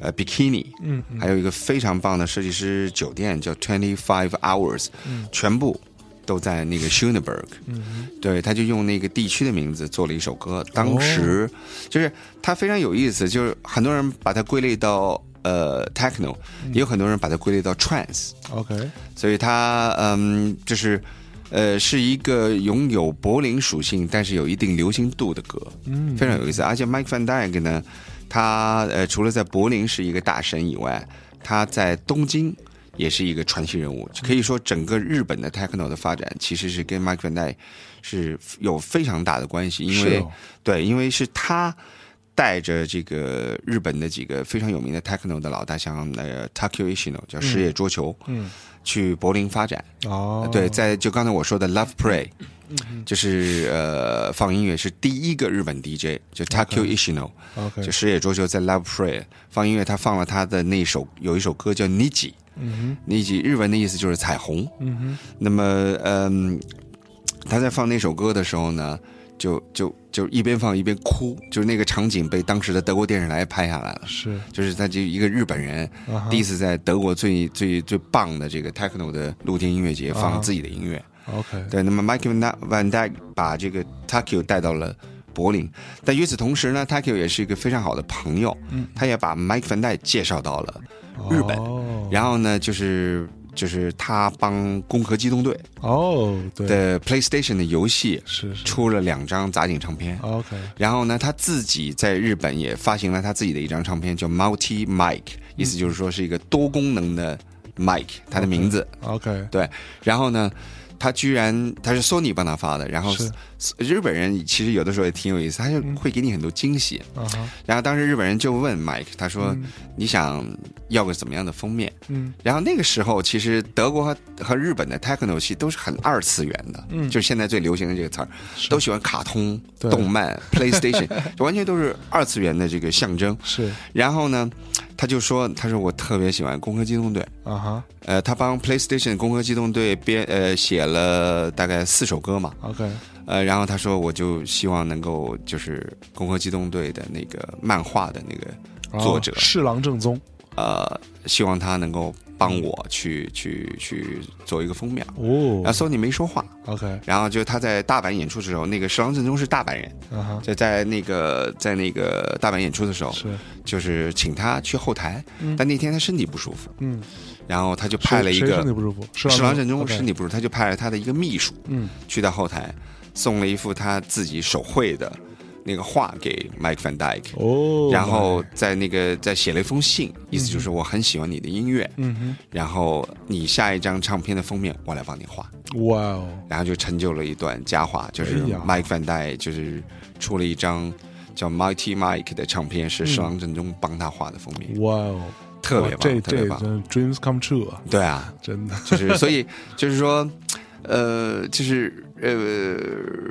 Speaker 2: 呃 Bikini，
Speaker 3: 嗯嗯
Speaker 2: 还有一个非常棒的设计师酒店叫 Twenty Five Hours，全部都在那个 Schoenberg。
Speaker 3: 嗯
Speaker 2: 对，他就用那个地区的名字做了一首歌。当时、就是他非常有意思，就是很多人把它归类到呃 techno，、也有很多人把它归类到 trance，
Speaker 3: ，OK，
Speaker 2: 所以他嗯就是呃是一个拥有柏林属性，但是有一定流行度的歌，
Speaker 3: 嗯，
Speaker 2: 非常有意思。而且 Mike Van Dyke 呢，他呃除了在柏林是一个大神以外，他在东京。也是一个传奇人物，可以说整个日本的 techno 的发展其实是跟 Mike Van Dyke 是有非常大的关系，因
Speaker 3: 是
Speaker 2: 为、
Speaker 3: 哦
Speaker 2: 对，因为是他带着这个日本的几个非常有名的 techno 的老大，像那个 Takio Ishino 叫矢野桌球，
Speaker 3: 嗯，
Speaker 2: 去柏林发展。
Speaker 3: 哦，嗯
Speaker 2: 对，在就刚才我说的 Love Pray，、就是呃放音乐是第一个日本 DJ，就 Takio Ishino，、
Speaker 3: ，OK，
Speaker 2: 就矢野桌球在 Love Pray 放音乐，他放了他的那首有一首歌叫 Niji，
Speaker 3: 嗯
Speaker 2: Niji 日文的意思就是彩虹。
Speaker 3: 哼，嗯哼，
Speaker 2: 那么，嗯，他在放那首歌的时候呢，就就就一边放一边哭，就是那个场景被当时的德国电视台拍下来了。
Speaker 3: 是，
Speaker 2: 就是他就一个日本人，
Speaker 3: 啊哈
Speaker 2: 第一次在德国最最最棒的这个 techno 的露天音乐节
Speaker 3: 啊
Speaker 2: 放自己的音乐。
Speaker 3: ，OK，
Speaker 2: 对，那么 Michael Van- Van Dyke 把这个 Takio 带到了柏林，但与此同时呢，Takio 也是一个非常好的朋友，
Speaker 3: 嗯
Speaker 2: 他也把 Mike Van Dyke 介绍到了日本
Speaker 3: 哦
Speaker 2: 然后呢，就是就是他帮《攻壳机动队
Speaker 3: 哦，》对，
Speaker 2: 的 PlayStation 的游戏
Speaker 3: 是是
Speaker 2: 出了两张杂锦唱片。
Speaker 3: ，OK，
Speaker 2: 然后呢，他自己在日本也发行了他自己的一张唱片，叫 Multi Mic，意思就是说是一个多功能的 mic，他的名字。
Speaker 3: 嗯 OK，
Speaker 2: 对，然后呢，他居然他是 Sony 帮他发的，然后
Speaker 3: 是
Speaker 2: 日本人其实有的时候也挺有意思，他就会给你很多惊喜。
Speaker 3: 啊哈，
Speaker 2: 然后当时日本人就问 Mike，他说、你想要个怎么样的封面？
Speaker 3: 嗯，
Speaker 2: 然后那个时候，其实德国和和日本的 techno 系都是很二次元的，
Speaker 3: 嗯
Speaker 2: 就是现在最流行的这个词儿，
Speaker 3: 是
Speaker 2: 都喜欢卡通、
Speaker 3: 对
Speaker 2: 动漫、PlayStation，就完全都是二次元的这个象征。
Speaker 3: 是，
Speaker 2: 然后呢，他就说，他说我特别喜欢《攻壳机动队》，
Speaker 3: 啊哈
Speaker 2: 呃，他帮 PlayStation《攻壳机动队编》呃写了大概四首歌嘛，
Speaker 3: ，OK，
Speaker 2: 呃，然后他说我就希望能够就是《攻壳机动队》的那个漫画的那个
Speaker 3: 然后
Speaker 2: 作者
Speaker 3: 哦侍郎正宗，
Speaker 2: 呃，希望他能够帮我去去去做一个封面。
Speaker 3: 哦
Speaker 2: 然后 Sony 没说话，
Speaker 3: ，OK，
Speaker 2: 然后就他在大阪演出的时候，那个十郎正宗是大阪人，
Speaker 3: 啊哈，
Speaker 2: 就在那个在那个大阪演出的时候，
Speaker 3: 是，
Speaker 2: 就是请他去后台，
Speaker 3: 嗯
Speaker 2: 但那天他身体不舒服，
Speaker 3: 嗯，
Speaker 2: 然后他就派了一
Speaker 3: 谁谁身体
Speaker 2: 个
Speaker 3: 不舒服，侍
Speaker 2: 十郎正宗
Speaker 3: ，OK，
Speaker 2: 身体不舒服，他就派了他的一个秘书
Speaker 3: 嗯，
Speaker 2: 去到后台，送了一幅他自己手绘的那个画给 Mike Van Dyke。
Speaker 3: 哦，
Speaker 2: 然后在那个再写了一封信，意思就是我很喜欢你的音乐，
Speaker 3: 嗯哼，
Speaker 2: 然后你下一张唱片的封面我来帮你画，
Speaker 3: 哇哦，
Speaker 2: 然后就成就了一段佳话，就是
Speaker 3: 哎呀
Speaker 2: Mike Van Dyke 就是出了一张叫 Mighty Mike 的唱片，是施琅正宗帮他画的封面，
Speaker 3: 嗯哇哦，
Speaker 2: 特别
Speaker 3: 哇这
Speaker 2: 棒，特别
Speaker 3: 这
Speaker 2: 棒，
Speaker 3: 真 dreams come true 啊，
Speaker 2: 对啊，
Speaker 3: 真的，
Speaker 2: 就是所以就是说。呃，就是呃，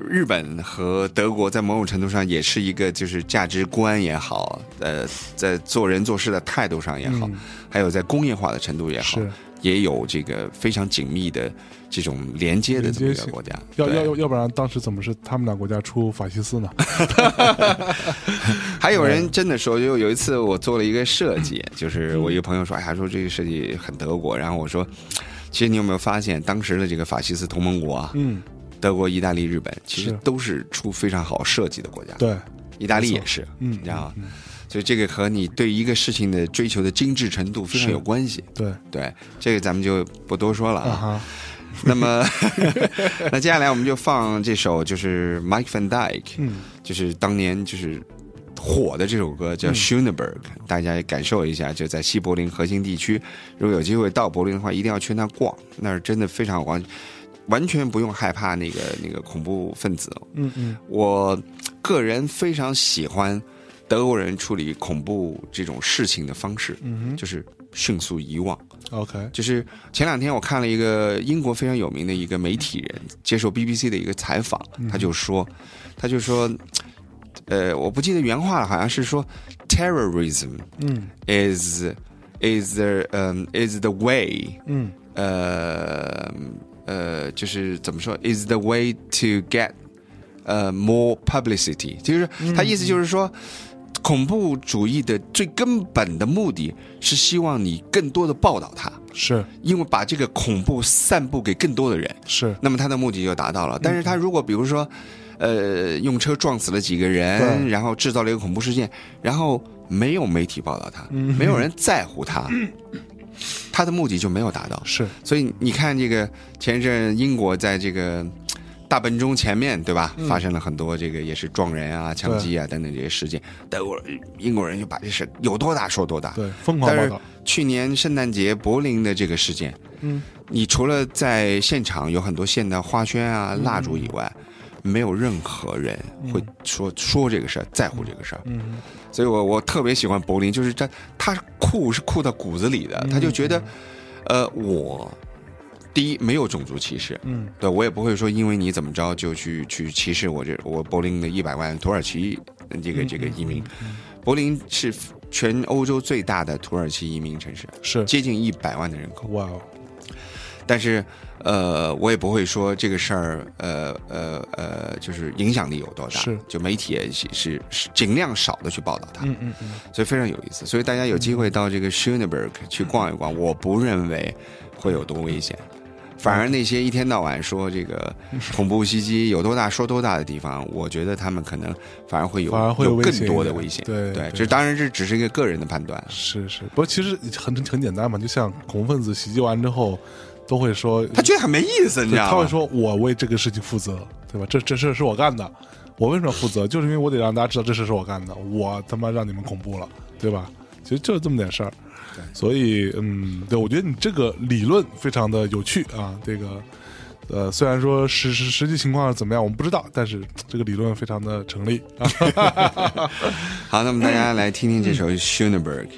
Speaker 2: 日本和德国在某种程度上也是一个，就是价值观也好，呃，在做人做事的态度上也好，
Speaker 3: 嗯
Speaker 2: 还有在工业化的程度也好，
Speaker 3: 是
Speaker 2: 也有这个非常紧密的这种连接的这么一
Speaker 3: 连接
Speaker 2: 个
Speaker 3: 性
Speaker 2: 国家。
Speaker 3: 要
Speaker 2: 对
Speaker 3: 要要，要不然当时怎么是他们俩国家出法西斯呢？
Speaker 2: 还有
Speaker 3: 嗯
Speaker 2: 人真的说，就有一次我做了一个设 计，就是我一个朋友说，哎呀，说这个设计很德国，然后我说。其实你有没有发现，当时的这个法西斯同盟国啊，
Speaker 3: 嗯，
Speaker 2: 德国、意大利、日本，其实
Speaker 3: 是
Speaker 2: 都是出非常好设计的国家。，
Speaker 3: 对，
Speaker 2: 意大利也是，
Speaker 3: 嗯
Speaker 2: 你知道吗？所以这个和你对一个事情的追求的精致程度非常
Speaker 3: 是
Speaker 2: 有关系。
Speaker 3: 对，
Speaker 2: 对，这个咱们就不多说了
Speaker 3: 啊哈，
Speaker 2: 那 么，那接下来我们就放这首就是 Mike Van Dyke，、
Speaker 3: 嗯，
Speaker 2: 就是当年就是火的这首歌
Speaker 3: 嗯
Speaker 2: 叫 Schöneberg，、大家也感受一下，就在西柏林核心地区，如果有机会到柏林的话，一定要去那儿逛，那儿真的非常好玩，完全不用害怕那个那个恐怖分子。哦
Speaker 3: 嗯嗯，
Speaker 2: 我个人非常喜欢德国人处理恐怖这种事情的方式，
Speaker 3: 嗯
Speaker 2: 就是迅速遗忘。
Speaker 3: 哼，OK，
Speaker 2: 就是前两天我看了一个英国非常有名的一个媒体人接受 BBC 的一个采访，他就说，他就说，呃，我不记得原话了，好像是说，terrorism
Speaker 3: 嗯
Speaker 2: is is the 嗯、is the way
Speaker 3: 嗯
Speaker 2: 呃呃，就是怎么说，is the way to get 呃 more publicity，就是他意思就是说。恐怖主义的最根本的目的是希望你更多的报道它，
Speaker 3: 是
Speaker 2: 因为把这个恐怖散布给更多的人，
Speaker 3: 是，
Speaker 2: 那么他的目的就达到了。但是他如果比如说，呃，用车撞死了几个
Speaker 3: 对
Speaker 2: 人，然后制造了一个恐怖事件，然后没有媒体报道他，没有人在乎他，他的目的就没有达到。
Speaker 3: 是
Speaker 2: 所以你看，这个前一阵英国在这个嘖大笨钟前面，对吧？发生了很多这个也是撞人啊、枪击啊等等这些事件，德国人英国人就把这事有多大说多大。
Speaker 3: 对，疯狂
Speaker 2: 但
Speaker 3: 报
Speaker 2: 是
Speaker 3: 道，
Speaker 2: 去年圣诞节柏林的这个事件，
Speaker 3: 嗯，嗯
Speaker 2: 你除了在现场有很多现代花圈啊、蜡烛以外，没有任何人会说、说这个事儿，在乎这个事儿。
Speaker 3: 嗯
Speaker 2: 所以我我特别喜欢柏林，就是他他酷是酷到骨子里的，
Speaker 3: 嗯
Speaker 2: 他就觉得，呃，我第一没有种族歧视，
Speaker 3: 嗯
Speaker 2: 对我也不会说因为你怎么着就去去歧视我这我柏林的一百万土耳其呃这个
Speaker 3: 嗯
Speaker 2: 这个移民，柏林是全欧洲最大的土耳其移民城市，
Speaker 3: 是，
Speaker 2: 接近一百万的人口，
Speaker 3: 哇哦，
Speaker 2: 但是呃，我也不会说这个事儿呃呃呃，就是影响力有多大，
Speaker 3: 是
Speaker 2: 就媒体也是是是尽量少的去报道它，
Speaker 3: 嗯嗯嗯，
Speaker 2: 所以非常有意思。所以大家有机会到这个 Schoenberg 去逛一逛，我不认为会有多危险。反而那些一天到晚说这个
Speaker 3: 嗯
Speaker 2: 恐怖袭击有多大说多大的地方，我觉得他们可能反而会有
Speaker 3: 反而会
Speaker 2: 有
Speaker 3: 危
Speaker 2: 更
Speaker 3: 险一
Speaker 2: 多的
Speaker 3: 点
Speaker 2: 危险。
Speaker 3: 对对
Speaker 2: 这当然这只是一个个人的判断。啊
Speaker 3: 是是，不过其实很很简单嘛，就像恐怖分子袭击完之后，都会说
Speaker 2: 他觉得很没意思，你
Speaker 3: 对
Speaker 2: 知道吗？
Speaker 3: 他会说：“我为这个事情负责，对吧？这这事是我干的，我为什么要负责？就是因为我得让大家知道这事是我干的，我他妈让你们恐怖了，对吧？其实就是这么点事儿。所以，嗯，对，我觉得你这个理论非常的有趣啊。这个，呃，虽然说实实实际情况怎么样我们不知道，但是这个理论非常的成立啊。
Speaker 2: 好，那么大家来听听这
Speaker 3: 嗯
Speaker 2: 首 Schoenberg。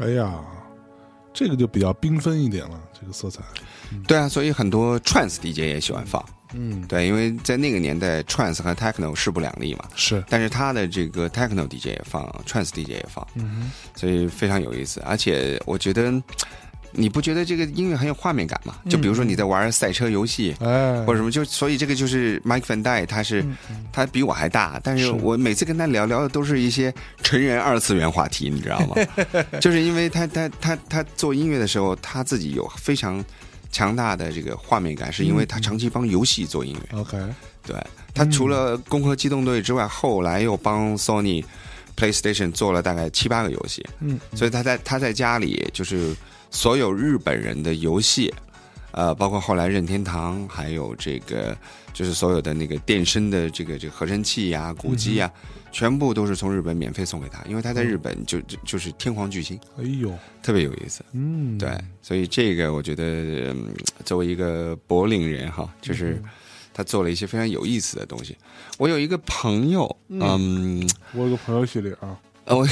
Speaker 3: 哎呀，这个就比较缤纷一点了，这个色彩。
Speaker 2: 对啊，所以很多 trance DJ 也喜欢放。
Speaker 3: 嗯，
Speaker 2: 对，因为在那个年代，trance 和 techno 势不两立嘛。
Speaker 3: 是，
Speaker 2: 但是他的这个 techno DJ 也放，trance DJ 也放，
Speaker 3: 嗯
Speaker 2: 所以非常有意思。而且我觉得，你不觉得这个音乐很有画面感吗？就比如
Speaker 3: 嗯
Speaker 2: 说你在玩赛车游戏。
Speaker 3: 哼，哎，
Speaker 2: 或者什么，就所以这个就是 Mike Van Dye，他是、他比我还大，但是
Speaker 3: 是
Speaker 2: 我每次跟他聊聊的都是一些成人二次元话题，你知道吗？就是因为他他他他做音乐的时候，他自己有非常强大的这个画面感，是因为他长期帮游戏做音乐。
Speaker 3: OK，
Speaker 2: 对他除了《攻壳机动队》之外，后来又帮 Sony PlayStation 做了大概七八个游戏，
Speaker 3: 嗯，
Speaker 2: 所以他在他在家里就是所有日本人的游戏，呃，包括后来任天堂，还有这个就是所有的那个电声的这个这个合成器呀、鼓机呀、全部都是从日本免费送给他，因为他在日本就就就是天皇巨星，
Speaker 3: 哎呦，
Speaker 2: 特别有意思。
Speaker 3: 嗯，
Speaker 2: 对，所以这个我觉得，嗯作为一个柏林人哈，就是他做了一些非常有意思的东西。我有一个朋友，嗯，
Speaker 3: 我有个朋友系列啊
Speaker 2: 呃我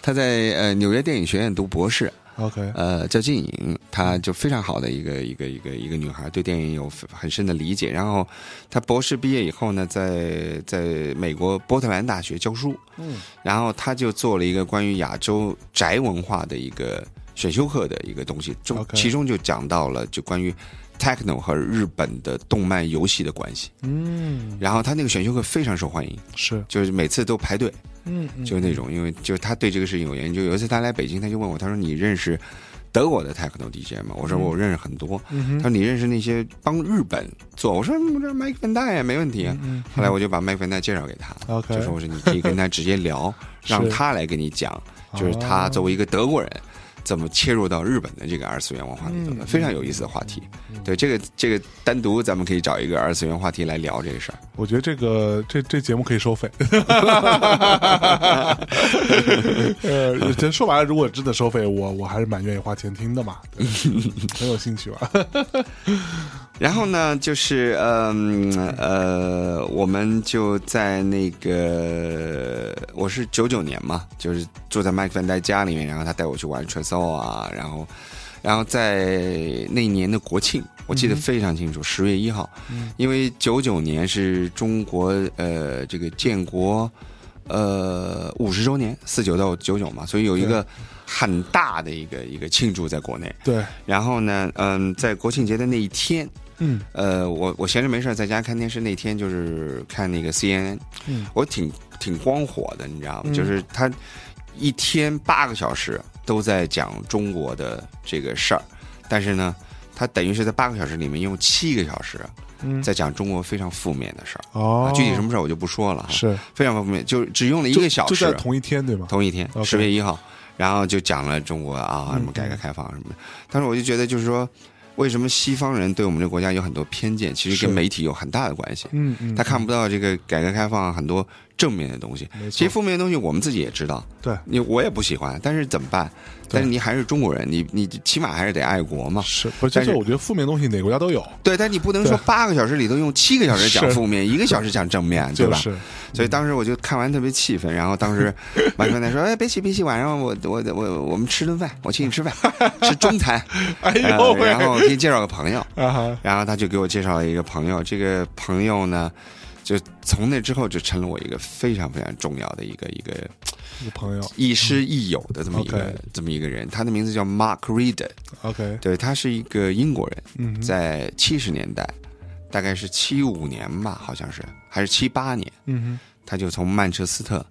Speaker 2: 他在呃纽约电影学院读博士，
Speaker 3: ，OK，
Speaker 2: 呃，叫静颖，她就非常好的一个一个一个一个女孩，对电影有很深的理解。然后她博士毕业以后呢，在在美国波特兰大学教书，
Speaker 3: 嗯，
Speaker 2: 然后她就做了一个关于亚洲宅文化的一个选修课的一个东西，中
Speaker 3: OK
Speaker 2: 其中就讲到了就关于 techno 和日本的动漫游戏的关系。
Speaker 3: 嗯，
Speaker 2: 然后她那个选修课非常受欢迎，
Speaker 3: 是，
Speaker 2: 就是每次都排队。
Speaker 3: 嗯，嗯
Speaker 2: 就是那种，因为就是他对这个事情有研究。有一次他来北京，他就问我，他说：“你认识德国的 techno DJ 吗？”我说：“我认识很多。
Speaker 3: 嗯
Speaker 2: 他
Speaker 3: 哼，
Speaker 2: 说：“你认识那些帮日本做？”我说：“嗯我这 Mike Van d i 啊，没问题啊。
Speaker 3: 嗯
Speaker 2: 后来我就把 Mike Van d i 介绍给他
Speaker 3: OK
Speaker 2: 就说：“我说你可以跟他直接聊，
Speaker 3: 是
Speaker 2: 让他来跟你讲，
Speaker 3: 哦
Speaker 2: 就是他作为一个德国人。”怎么切入到日本的这个二次元文化里头的？
Speaker 3: 嗯
Speaker 2: 非常有意思的话题。对这个这个单独，咱们可以找一个二次元话题来聊这个事 儿。
Speaker 3: 我觉得这个这这节目 可以收费。呃，真说白了，如果真的收费，我我还是蛮愿意花钱听的嘛， 对很有兴趣啊吧？
Speaker 2: 然后呢，就是嗯呃，我们就在那个我是九九年嘛，就是住在麦克范戴家里面，然后他带我去玩 t r e s o 啊，然后然后在那年的国庆，我记得非常清楚，十、月一号，因为九九年是中国呃这个建国呃五十周年，四九到九九嘛，所以有一个很大的一个一个庆祝在国内。
Speaker 3: 对，
Speaker 2: 然后呢，嗯，在国庆节的那一天，
Speaker 3: 嗯
Speaker 2: 呃，我我闲着没事儿在家看电视那天，就是看那个 CNN，
Speaker 3: 嗯
Speaker 2: 我挺挺光火的，你知道吗？就是他一天八个小时都在讲中国的这个事儿，但是呢，他等于是在八个小时里面用七个小时
Speaker 3: 嗯，
Speaker 2: 在讲中国非常负面的事儿、
Speaker 3: 哦
Speaker 2: 啊，具体什么事儿我就不说了哈，
Speaker 3: 是
Speaker 2: 非常负面，就只用了一
Speaker 3: 就
Speaker 2: 个小时，
Speaker 3: 就在同一天对吗？
Speaker 2: 同一天，
Speaker 3: OK 嗯
Speaker 2: 十月一号，然后就讲了中国啊什么改革开放什么的。但是我就觉得，就是说，为什么西方人对我们这个国家有很多偏见，其实
Speaker 3: 是
Speaker 2: 跟媒体有很大的关系。
Speaker 3: 嗯嗯，
Speaker 2: 他看不到这个改革开放很多正面的东西，
Speaker 3: 没错
Speaker 2: 其实负面的东西我们自己也知道，
Speaker 3: 对
Speaker 2: 你我也不喜欢，但是怎么办？但是你还是中国人，你你起码还是得爱国嘛。
Speaker 3: 是，不是？
Speaker 2: 但
Speaker 3: 就是是我觉得负面东西哪个国家都有，
Speaker 2: 对，但你不能说八个小时里头用七个小时讲
Speaker 3: 是
Speaker 2: 负面，一个小时讲正面，对
Speaker 3: 就
Speaker 2: 吧？
Speaker 3: 是
Speaker 2: 所以当时我就看完特别气愤，然后当 时马克他说：“哎，别气别气，晚上我我我我们吃顿饭，我请你吃饭， 吃中餐。
Speaker 3: 哎
Speaker 2: 呃
Speaker 3: 呦 喂，
Speaker 2: 然后我给你介绍个朋友，
Speaker 3: 啊哈，
Speaker 2: 然后他就给我介绍了一个朋友，这个朋友呢，就从那之后就成了我一个非常非常重要的一个一个
Speaker 3: 一个朋友
Speaker 2: 亦师亦友的这么一个、
Speaker 3: OK
Speaker 2: 这么一个人。他的名字叫 Mark Reed，
Speaker 3: ，OK，
Speaker 2: 对他是一个英国人，
Speaker 3: 嗯哼，
Speaker 2: 在七十年代，大概是七五年吧，好像是还是七八年。”
Speaker 3: 嗯
Speaker 2: 他就从曼彻斯特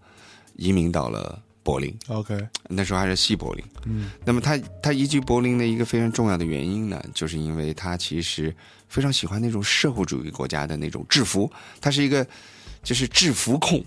Speaker 2: 移民到了柏林，
Speaker 3: 哼，OK，
Speaker 2: 那时候还是西柏林。
Speaker 3: 嗯，
Speaker 2: 那么他他移居柏林的一个非常重要的原因呢，就是因为他其实非常喜欢那种社会主义国家的那种制服，他是一个就是制服控，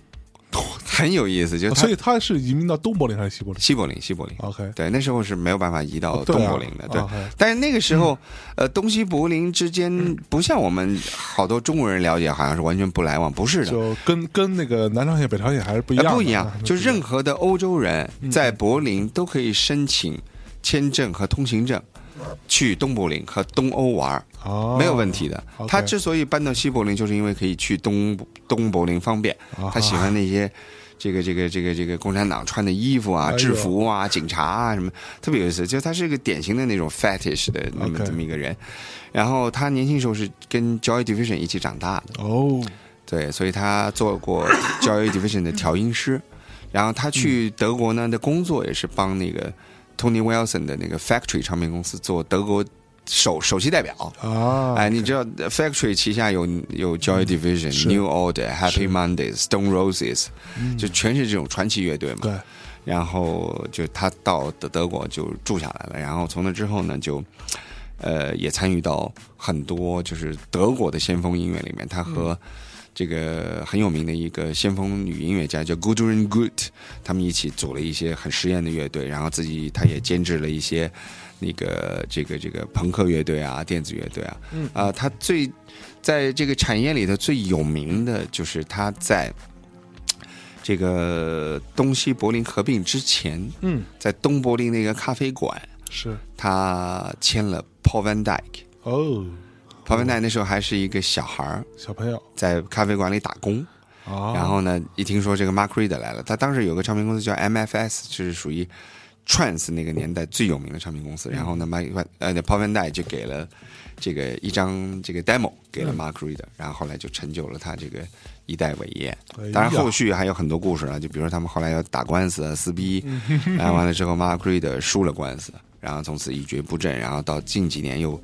Speaker 2: 很有意思。就是
Speaker 3: 哦所
Speaker 2: 他
Speaker 3: 以他是移民到东柏林还是西柏林
Speaker 2: 西柏林，西柏林，
Speaker 3: ？OK，
Speaker 2: 对，那时候是没有办法移到
Speaker 3: 对啊嗯
Speaker 2: 东柏林的，对。
Speaker 3: OK
Speaker 2: 但是那个时候，呃，东西柏林之
Speaker 3: 嗯
Speaker 2: 间不像我们好多中国人了解，好像是完全不来往，不是的，
Speaker 3: 就跟跟那个南朝鲜、北朝鲜还是不一样的、
Speaker 2: 呃不一样
Speaker 3: 啊，
Speaker 2: 就任
Speaker 3: 何
Speaker 2: 何的欧洲人在柏林都可以申请签证和通行证，去东柏林和东欧玩儿，
Speaker 3: 哦，
Speaker 2: 没有问题的。
Speaker 3: OK
Speaker 2: 他之所以搬到西柏林，就是因为可以去东东柏林方便
Speaker 3: 啊哈。
Speaker 2: 他喜欢那些。这个这个这个这个共产党穿的衣服啊
Speaker 3: 哎、呦
Speaker 2: 制服啊、警察啊什么，特别有意思。就他是一个典型的那种 fetish 的那么
Speaker 3: OK
Speaker 2: 这么一个人，然后他年轻时候是跟 Joy Division 一起长大的，
Speaker 3: 哦，
Speaker 2: 对，所以他做过 Joy Division 的调音师，然后他去德国呢的工作也是帮那个 Tony Wilson 的那个 Factory 唱片公司做德国首首席代表。
Speaker 3: 啊，
Speaker 2: 哎，你知道 Factory 旗下有有 Joy Division、
Speaker 3: 是嗯
Speaker 2: New Order、Happy Mondays、Stone Roses，就全是这种传奇乐队嘛。
Speaker 3: 对，
Speaker 2: 然后就他到德德国就住下来了，然后从那之后呢，就呃，也参与到很多就是德国的先锋音乐里面，他和这个很有名的一个先锋女音乐家叫 Gudrun Gut，他们一起组了一些很实验的乐队，然后自己他也监制了一些那个这个这个朋克乐队啊、电子乐队啊，
Speaker 4: 嗯
Speaker 2: 啊、他最在这个产业里头最有名的就是他在。这个东西柏林合并之前，
Speaker 4: 嗯，
Speaker 2: 在东柏林的一个咖啡馆，
Speaker 3: 是
Speaker 2: 他签了 Paul Van Dyke。
Speaker 3: 哦，
Speaker 2: Paul Van Dyke 那时候还是一个小孩儿，
Speaker 3: 小朋友
Speaker 2: 在咖啡馆里打工。
Speaker 3: 啊，
Speaker 2: 然后呢，一听说这个 Mark Reed 来了，他当时有个唱片公司叫 MFS，就是属于 Trance 那个年代最有名的唱片公司。然后呢，Mark Van- 呃 Paul Van Dyke 就给了这个一张这个 demo 给了 Mark Reed，、然后后来就成就了他这个一代伟业。
Speaker 3: 哎呀
Speaker 2: 当然，后续还有很多故事啊，就比如说他们后来要打官司啊，撕逼，
Speaker 3: 嗯
Speaker 2: 然后完了之后，Mark Reed 输了官司，然后从此一蹶不振，然后到近几年又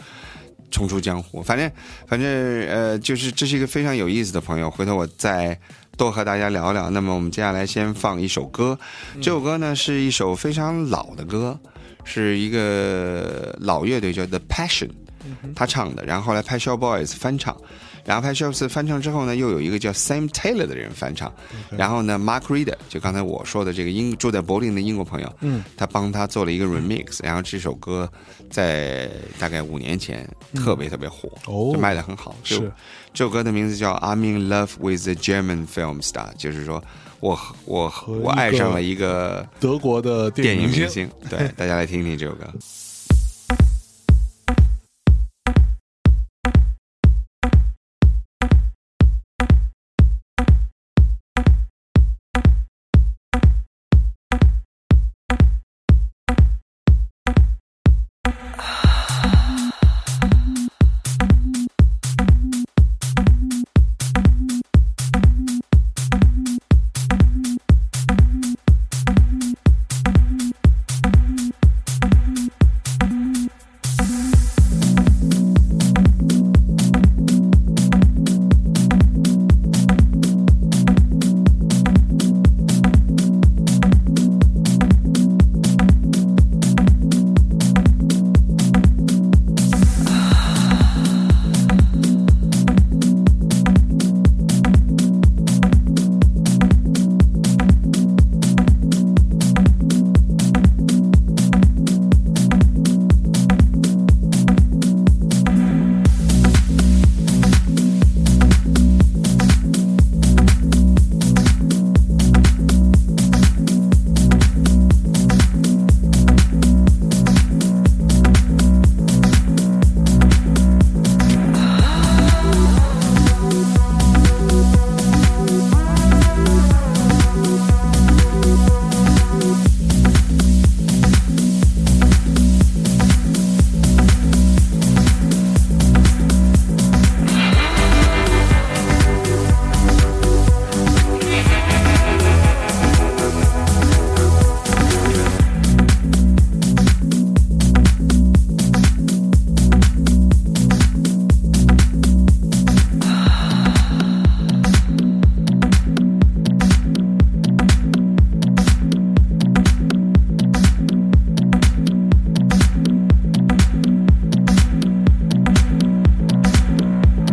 Speaker 2: 冲出江湖。反正反正呃，就是这是一个非常有意思的朋友，回头我再多和大家聊聊。那么我们接下来先放一首歌，
Speaker 3: 嗯
Speaker 2: 这首歌呢是一首非常老的歌，是一个老乐队叫 The Passion，他
Speaker 3: 嗯
Speaker 2: 唱的，然后后来 Passion Boys 翻唱。然后 Passion Boys 翻唱之后呢，又有一个叫 Sam Taylor 的人翻唱，然后呢，Mark Reed 就刚才我说的这个英住在柏林的英国朋友，
Speaker 4: 嗯，
Speaker 2: 他帮他做了一个
Speaker 3: 嗯
Speaker 2: remix，然后这首歌在大概五年前特别特别火，
Speaker 3: 哦
Speaker 2: 就卖的很好。这首
Speaker 3: 是
Speaker 2: 这首歌的名字叫《I'm in Love with the German Film Star》，就是说我我
Speaker 3: 和一个
Speaker 2: 我爱上了一个
Speaker 3: 德国的电
Speaker 2: 电
Speaker 3: 影
Speaker 2: 影明
Speaker 3: 明，
Speaker 2: 星。对， 大家来听听这首歌。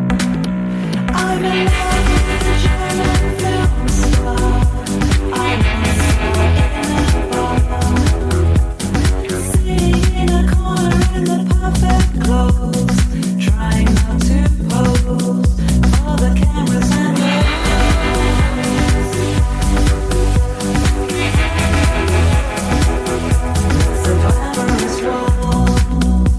Speaker 5: I'm in love with the German film star. I'm a star in a bar. Sitting in a corner in the perfect clothes, trying not to pose for the cameras and the phones. The glamorous role.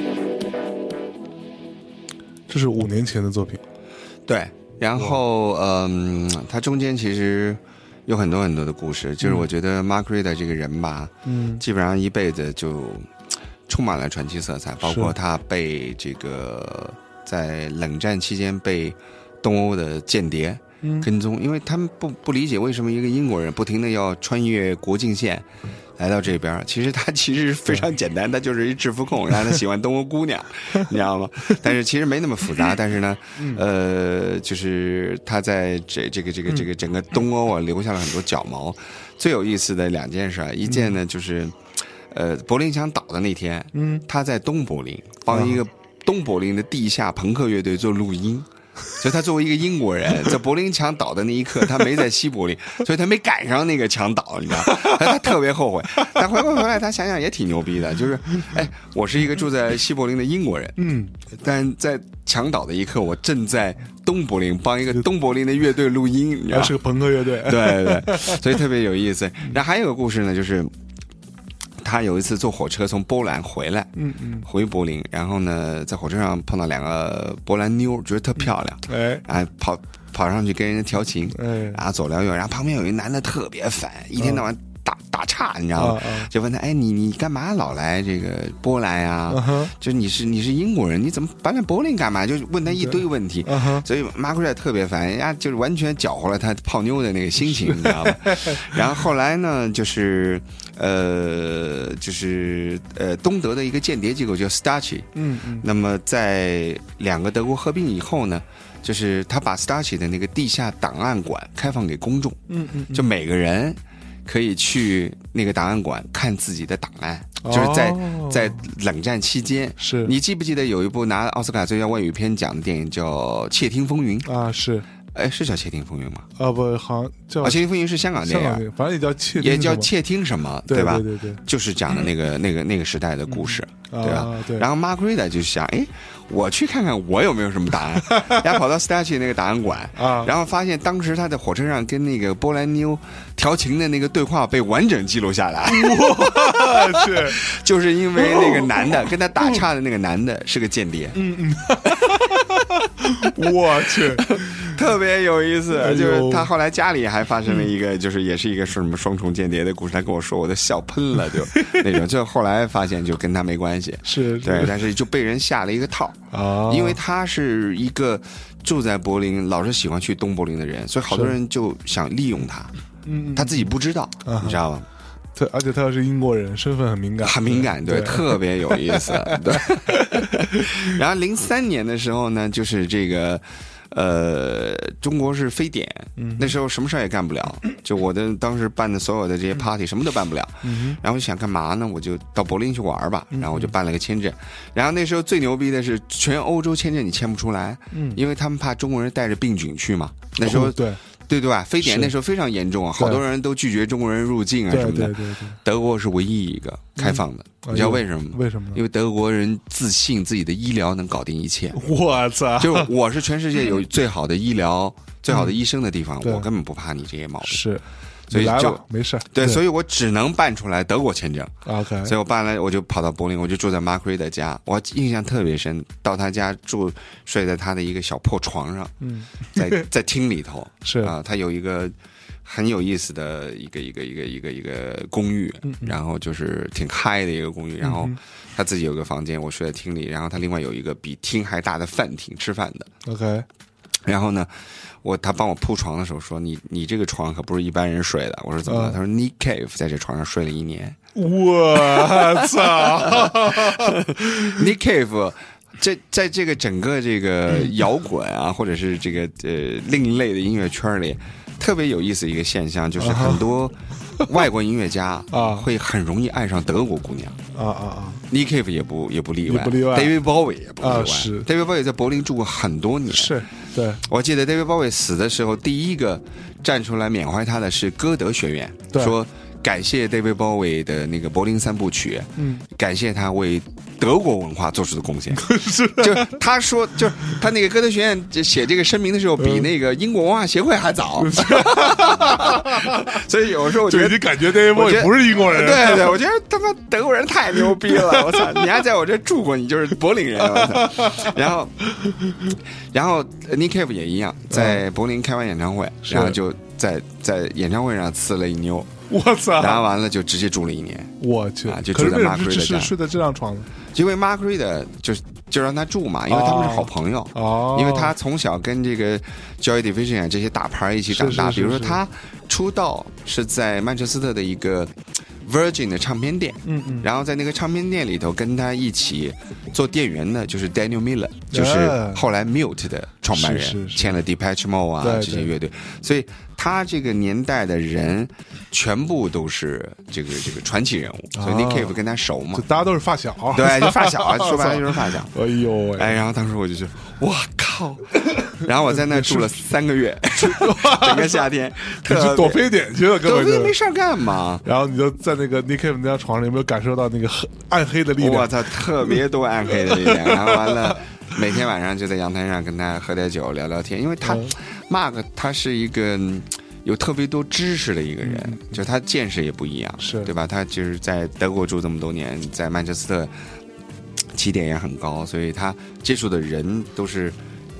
Speaker 3: Yeah 这是五年前的作品，
Speaker 2: 对，然后嗯，它中间其实有很多很多的故事。就是我觉得 Mark Reed 这个人吧，
Speaker 3: 嗯
Speaker 2: 基本上一辈子就充满了传奇色彩，包括
Speaker 3: 是
Speaker 2: 他被这个在冷战期间被东欧的间谍
Speaker 3: 嗯
Speaker 2: 跟踪，因为他们不不理解为什么一个英国人不停的要穿越国境线。来到这边儿，其实他其实是非常简单，他就是一制服控，然后他喜欢东欧姑娘，你知道吗？但是其实没那么复杂。但是呢，呃，就是他在这这个这个这个整个东欧啊留下了很多脚毛。最有意思的两件
Speaker 3: 嗯
Speaker 2: 事啊，一件呢就是，呃，柏林墙倒的那天，
Speaker 3: 嗯，哦
Speaker 2: 他在东柏林帮一个东柏林的地下朋克乐队做录 音。所以他作为一个英国人，在柏林墙倒的那一刻，他没在西柏 林，所以他没赶上那个墙倒，你知道，他他特别后悔。但回过头来，他想想也挺牛逼的，就是，哎，我是一个住在西柏林的英国人，
Speaker 3: 嗯，
Speaker 2: 但在墙倒的一刻，我正在东柏林帮一个东柏林的乐队录音，你知道
Speaker 3: 然
Speaker 2: 吗
Speaker 3: 啊后是个朋克乐队，
Speaker 2: 啊对 对对，所以特别有意思。然后还有个故事呢，就是他有一次坐火车从波兰回来，
Speaker 3: 嗯嗯，
Speaker 2: 回柏林，然后呢在火车上碰到两个波兰妞，觉得特漂亮，
Speaker 3: 哎
Speaker 2: 然后跑跑上去跟人家调情，
Speaker 3: 哎
Speaker 2: 然后走两远，然后旁边有一男的特别烦，一天到晚打打岔，你知道吗
Speaker 3: 啊啊？
Speaker 2: 就问他，哎，你你干嘛老来这个波兰呀
Speaker 3: 嗯？哼
Speaker 2: 就是你是你是英国人，你怎么搬来柏林干嘛？就问他一堆问题。
Speaker 3: 嗯哼，
Speaker 2: 所以马奎尔特别烦，人家就是完全搅和了他泡妞的那个心情，你知道 吗？然后后来呢，就是呃，就是呃，东德的一个间谍机构叫 Stasi，
Speaker 3: 嗯嗯
Speaker 2: 那么在两个德国合并以后呢，就是他把 Stasi 的那个地下档案馆开放给公众，
Speaker 3: 嗯嗯，
Speaker 2: 就每个人可以去那个档案馆看自己的档案，就是在
Speaker 3: 哦
Speaker 2: 在冷战期间。
Speaker 3: 是
Speaker 2: 你记不记得有一部拿奥斯卡最佳外语片奖的电影叫《窃听风云》？
Speaker 3: 啊是
Speaker 2: 哎，是叫《窃听风云》吗？
Speaker 3: 啊不好像叫
Speaker 2: 啊，《窃听风云》是香港电
Speaker 3: 香港
Speaker 2: 影，啊
Speaker 3: 那，反正也叫窃听
Speaker 2: 也
Speaker 3: 什么，
Speaker 2: 叫《窃听什么》，
Speaker 3: 对
Speaker 2: 吧？
Speaker 3: 对对
Speaker 2: 就是讲的那个那个那个时代的故事，
Speaker 3: 嗯
Speaker 2: 对吧？
Speaker 3: 啊对
Speaker 2: 然后 Margaret 就想，哎，我去看看我有没有什么答 案，然后跑到 Stasi 那个档案馆，
Speaker 3: 啊
Speaker 2: 然后发现当时他在火车上跟那个波兰妞调情的那个对话被完整记录下来，
Speaker 3: 对，是
Speaker 2: 就是因为那个男的跟他打岔的那个男的是个间谍，
Speaker 3: 嗯我去，
Speaker 2: 特别有意思
Speaker 3: 哎。呦
Speaker 2: 就是他后来家里还发生了一个，就是也是一个是什么双重间谍的故事，他跟我说，我都笑喷了，就那种。就后来发现就跟他没关系，
Speaker 3: 是
Speaker 2: 对，但是就被人下了一个套。
Speaker 3: 啊，
Speaker 2: 因为他是一个住在柏林，老是喜欢去东柏林的人，所以好多人就想利用他，
Speaker 3: 嗯
Speaker 2: 他自己不知道，
Speaker 3: 啊
Speaker 2: 你知道吗？
Speaker 3: 他而且他又是英国人，身份很敏感，
Speaker 2: 很敏感，对，特别有意思，对。 然后零三年的时候呢，就是这个。呃，中国是非典，
Speaker 3: 嗯
Speaker 2: 那时候什么事儿也干不了，就我的当时办的所有的这些 party 什么都办不了，
Speaker 3: 嗯
Speaker 2: 然后我想干嘛呢？我就到柏林去玩儿吧，然后我就办了个签证，然后那时候最牛逼的是全欧洲签证你签不出来，因为他们怕中国人带着病菌去嘛，那时候
Speaker 3: 嗯哦对
Speaker 2: 对对吧？非典
Speaker 3: 是
Speaker 2: 那时候非常严重啊，好
Speaker 3: 对
Speaker 2: 多人都拒绝中国人入境啊
Speaker 3: 对
Speaker 2: 什么
Speaker 3: 对
Speaker 2: 的，
Speaker 3: 对对，
Speaker 2: 德国是唯一一个开放的，
Speaker 3: 哎呦
Speaker 2: 你知道为什么吗？
Speaker 3: 为什么呢？
Speaker 2: 嗯因为德国人自信自己的医疗能搞定一切，
Speaker 3: 我操，
Speaker 2: 就是我是全世界有最好的医疗、最好的医生的地方，
Speaker 3: 嗯对
Speaker 2: 我根本不怕你这些毛病。
Speaker 3: 是，
Speaker 2: 所以
Speaker 3: 你来
Speaker 2: 就
Speaker 3: 吧，没事儿，
Speaker 2: 对，所
Speaker 3: 以
Speaker 2: 以我只能办出来德国签证，
Speaker 3: OK，
Speaker 2: 所以我办了，我就跑到柏林，我就住在马奎的家，我印象特别深，到他家住睡在他的一个小破床上，
Speaker 3: 嗯，
Speaker 2: 在在厅里头
Speaker 3: 是
Speaker 2: 啊，他有一个很有意思的一个一个一个一个一个公寓，然后就是挺嗨的一个公寓，然后他自己有个房间，我睡在厅里，然后他另外有一个比厅还大的饭厅吃饭的，
Speaker 3: OK，
Speaker 2: 然后呢，我他帮我铺床的时候说：“你你这个床可不是一般人睡的。”我说：“怎么了？”
Speaker 3: 嗯
Speaker 2: 他说：“Nick Cave 在这床上睡了一年。
Speaker 3: 我操，
Speaker 2: Nick Cave 这在这个整个这个
Speaker 3: 嗯
Speaker 2: 摇滚啊，或者是这个呃另类的音乐圈里，特别有意思一个现象，就是很多外国音乐家
Speaker 3: 啊
Speaker 2: 会很容易爱上德国姑娘。
Speaker 3: 啊啊
Speaker 2: Nick Cave 也不也不例外
Speaker 3: 也不例外
Speaker 2: ，David Bowie 也不例外。
Speaker 3: 啊是
Speaker 2: David Bowie 在柏林住过很多年，
Speaker 3: 啊，是对
Speaker 2: 我记得 David Bowie 死的时候，第一个站出来缅怀他的是歌德学院，
Speaker 3: 对
Speaker 2: 说感谢 David Bowie 的那个柏林三部曲，
Speaker 3: 嗯，
Speaker 2: 感谢他为德国文化做出的 贡献。是，
Speaker 3: 啊
Speaker 2: 就他说，就是他那个歌德学院就写这个声明的时候，
Speaker 3: 嗯
Speaker 2: 比那个英国文化协会还 早。所以有时候我觉
Speaker 3: 就
Speaker 2: 得
Speaker 3: 你感觉 David
Speaker 2: 我觉
Speaker 3: Bowie
Speaker 2: 得
Speaker 3: 不是英 国人，
Speaker 2: 对对，我觉得他妈德国人太牛逼了！ 我操，你还在我这住过，你就是柏林人！我 操。然后，然后 Nick Cave 也一样，在柏林开完演唱会，
Speaker 3: 嗯是
Speaker 2: 然后就在在演唱会上呲了一妞，
Speaker 3: 我
Speaker 2: 然后
Speaker 3: 操！
Speaker 2: 完了就直接住了一年，
Speaker 3: 我去
Speaker 2: 啊就，
Speaker 3: 可是
Speaker 2: 住在
Speaker 3: 为什
Speaker 2: 马奎
Speaker 3: 么
Speaker 2: 的
Speaker 3: 只是
Speaker 2: 家
Speaker 3: 睡在这张床呢？
Speaker 2: 因为 Margaret 的就是就让他住嘛，因为他们是好朋友。
Speaker 3: 哦，
Speaker 2: 因为他从小跟这个 Joy Division 啊这些大牌儿一起长大，
Speaker 3: 是是
Speaker 2: 比
Speaker 3: 是
Speaker 2: 如说
Speaker 3: 是
Speaker 2: 他出道是在曼彻斯特的一个 Virgin 的唱片店，
Speaker 3: 嗯嗯，
Speaker 2: 然后在那个唱片店里头跟他一起做店员的就是 Daniel Miller，就是
Speaker 3: 哎
Speaker 2: 后来 Mute 的创办人，
Speaker 3: 是是是
Speaker 2: 签了 Depeche Mode 啊
Speaker 3: 对对
Speaker 2: 这些乐队，所以他这个年代的人全部都是这个这个传奇人物，所以 Nick Cave 跟他熟嘛
Speaker 3: 哦就，大家都是发小，
Speaker 2: 对，就发小 啊，说白了就是发小。
Speaker 3: 哎呦喂，
Speaker 2: 哎，然后当时我就觉得，我靠！然后我在那儿住了三个 月，整个夏天，
Speaker 3: 你
Speaker 2: 特
Speaker 3: 是
Speaker 2: 别
Speaker 3: 躲非典去了，根
Speaker 2: 躲
Speaker 3: 本
Speaker 2: 避没
Speaker 3: 就。
Speaker 2: 事儿干嘛？
Speaker 3: 然后你就在那个 Nick 那张床上，有没有感受到那个黑暗黑的力
Speaker 2: 我
Speaker 3: 量？
Speaker 2: 操，特别多暗黑的力量。然后完了，每天晚上就在阳台上跟他喝点酒聊聊天，因为他、Mark 他是一个。嗯有特别多知识的一个人，就他见识也不一样，
Speaker 3: 是
Speaker 2: 对吧？他就是在德国住这么多年，在曼彻斯特起点也很高，所以他接触的人都是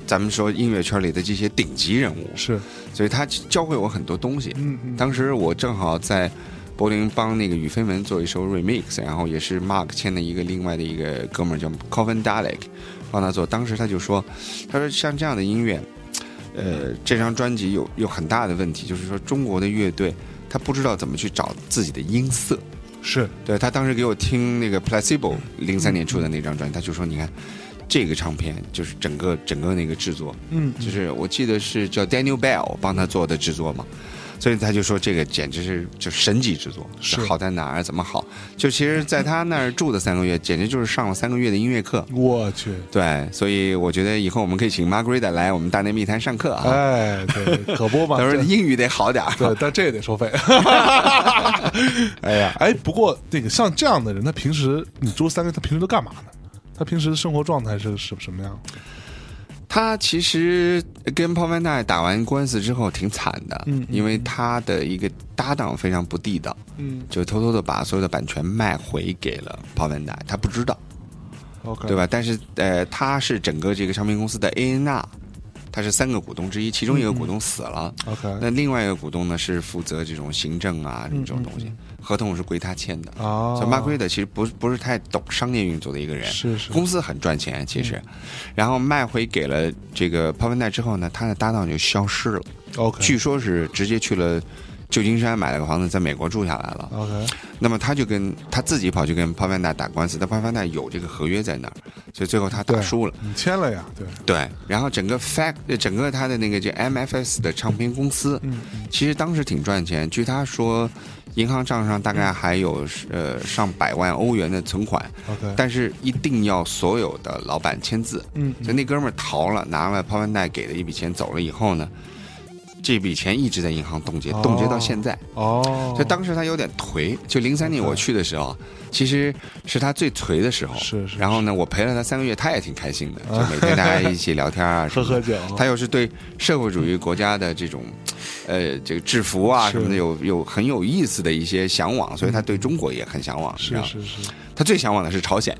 Speaker 2: 咱们说音乐圈里的这些顶级人物，
Speaker 3: 是，
Speaker 2: 所以他教会我很多东西。
Speaker 3: 嗯嗯，
Speaker 2: 当时我正好在柏林帮那个宇飞文做一首 remix，然后也是 Mark 签的一个另外的一个哥们儿叫 Coven Dalek，帮他做。当时他就说，他说像这样的音乐，呃，这张专辑有有很大的问题，就是说中国的乐队他不知道怎么去找自己的音色。
Speaker 3: 是
Speaker 2: 对他当时给我听那个 Placebo 零三年出的那张专辑，他就说你看。这个唱片就是整个整个那个制作，
Speaker 3: 嗯，
Speaker 2: 就是我记得是叫 Daniel Bell 帮他做的制作嘛，所以他就说这个简直是就神级制作，
Speaker 3: 是
Speaker 2: 好在哪儿怎么好？就其实，在他那儿住的三个月，简直就是上了三个月的音乐课。
Speaker 3: 我去，
Speaker 2: 对，所以我觉得以后我们可以请 Margarita 来我们大内密谈上课啊，
Speaker 3: 哎，对，可不嘛，
Speaker 2: 到时
Speaker 3: 这
Speaker 2: 候英语得好点儿。
Speaker 3: 对，但这也得收费。哎呀，哎，不过那个像这样的人，他平时你住三个月，他平时都干嘛呢？他平时生活状态是什什么样？
Speaker 2: 他其实跟泡曼奈打完官司之后挺惨的，
Speaker 3: 嗯嗯
Speaker 2: 因为他的一个搭档非常不地道，
Speaker 3: 嗯
Speaker 2: 就偷偷的把所有的版权卖回给了泡曼奈，他不知道。
Speaker 3: ，OK，
Speaker 2: 对吧？但是呃，他是整个这个唱片公司的 ANR，他是三个股东之一，其中一个股东死了，
Speaker 3: ？OK，
Speaker 2: 那另外一个股东呢是负责这种行政啊这种东西，合同是归他签的。
Speaker 3: 啊，
Speaker 2: 所以马奎德其实不不是太懂商业运作的一个人，
Speaker 3: 是是
Speaker 2: 公司很赚钱其实，然后卖回给了这个泡温代之后呢，他的搭档就消失了，据
Speaker 3: OK，OK，
Speaker 2: 说是直接去了旧金山买了个房子，在美国住下来了。那么他就跟他自己跑去跟帕凡达打官司，但帕凡达有这个合约在那儿，所以最后他打
Speaker 3: 对，
Speaker 2: 输了。
Speaker 3: 你签了呀？对，
Speaker 2: 对，然后整个 Fact，呃整个他的那个就 MFS 的唱片公司，
Speaker 3: 嗯嗯
Speaker 2: 其实当时挺赚钱。据他说，银行账上大概还有呃上百万欧元的存款，
Speaker 3: ，OK，
Speaker 2: 但是一定要所有的老板签字。
Speaker 3: 嗯
Speaker 2: 所以那哥们儿逃了，拿了帕凡达给的一笔钱走了以后呢，这笔钱一直在银行冻结，冻结到
Speaker 3: 哦
Speaker 2: 现在。
Speaker 3: 哦，嗯
Speaker 2: 就当时他有点颓，就零三年我去的时候，其实是他最颓的时候。
Speaker 3: 是是
Speaker 2: 然后呢，我陪了他三个月，他也挺开心的， 就每天大家一起聊天啊，什
Speaker 3: 喝
Speaker 2: 么
Speaker 3: 喝
Speaker 2: 的。
Speaker 3: 酒，
Speaker 2: 他又是对社会主义国家的这种，呃，这个制服啊
Speaker 3: 是嗯
Speaker 2: 什么的有有很有意思的一些向往，所以他对中国也很向往。你知
Speaker 3: 是
Speaker 2: 道吗
Speaker 3: 是是，
Speaker 2: 他最向往的是朝 鲜，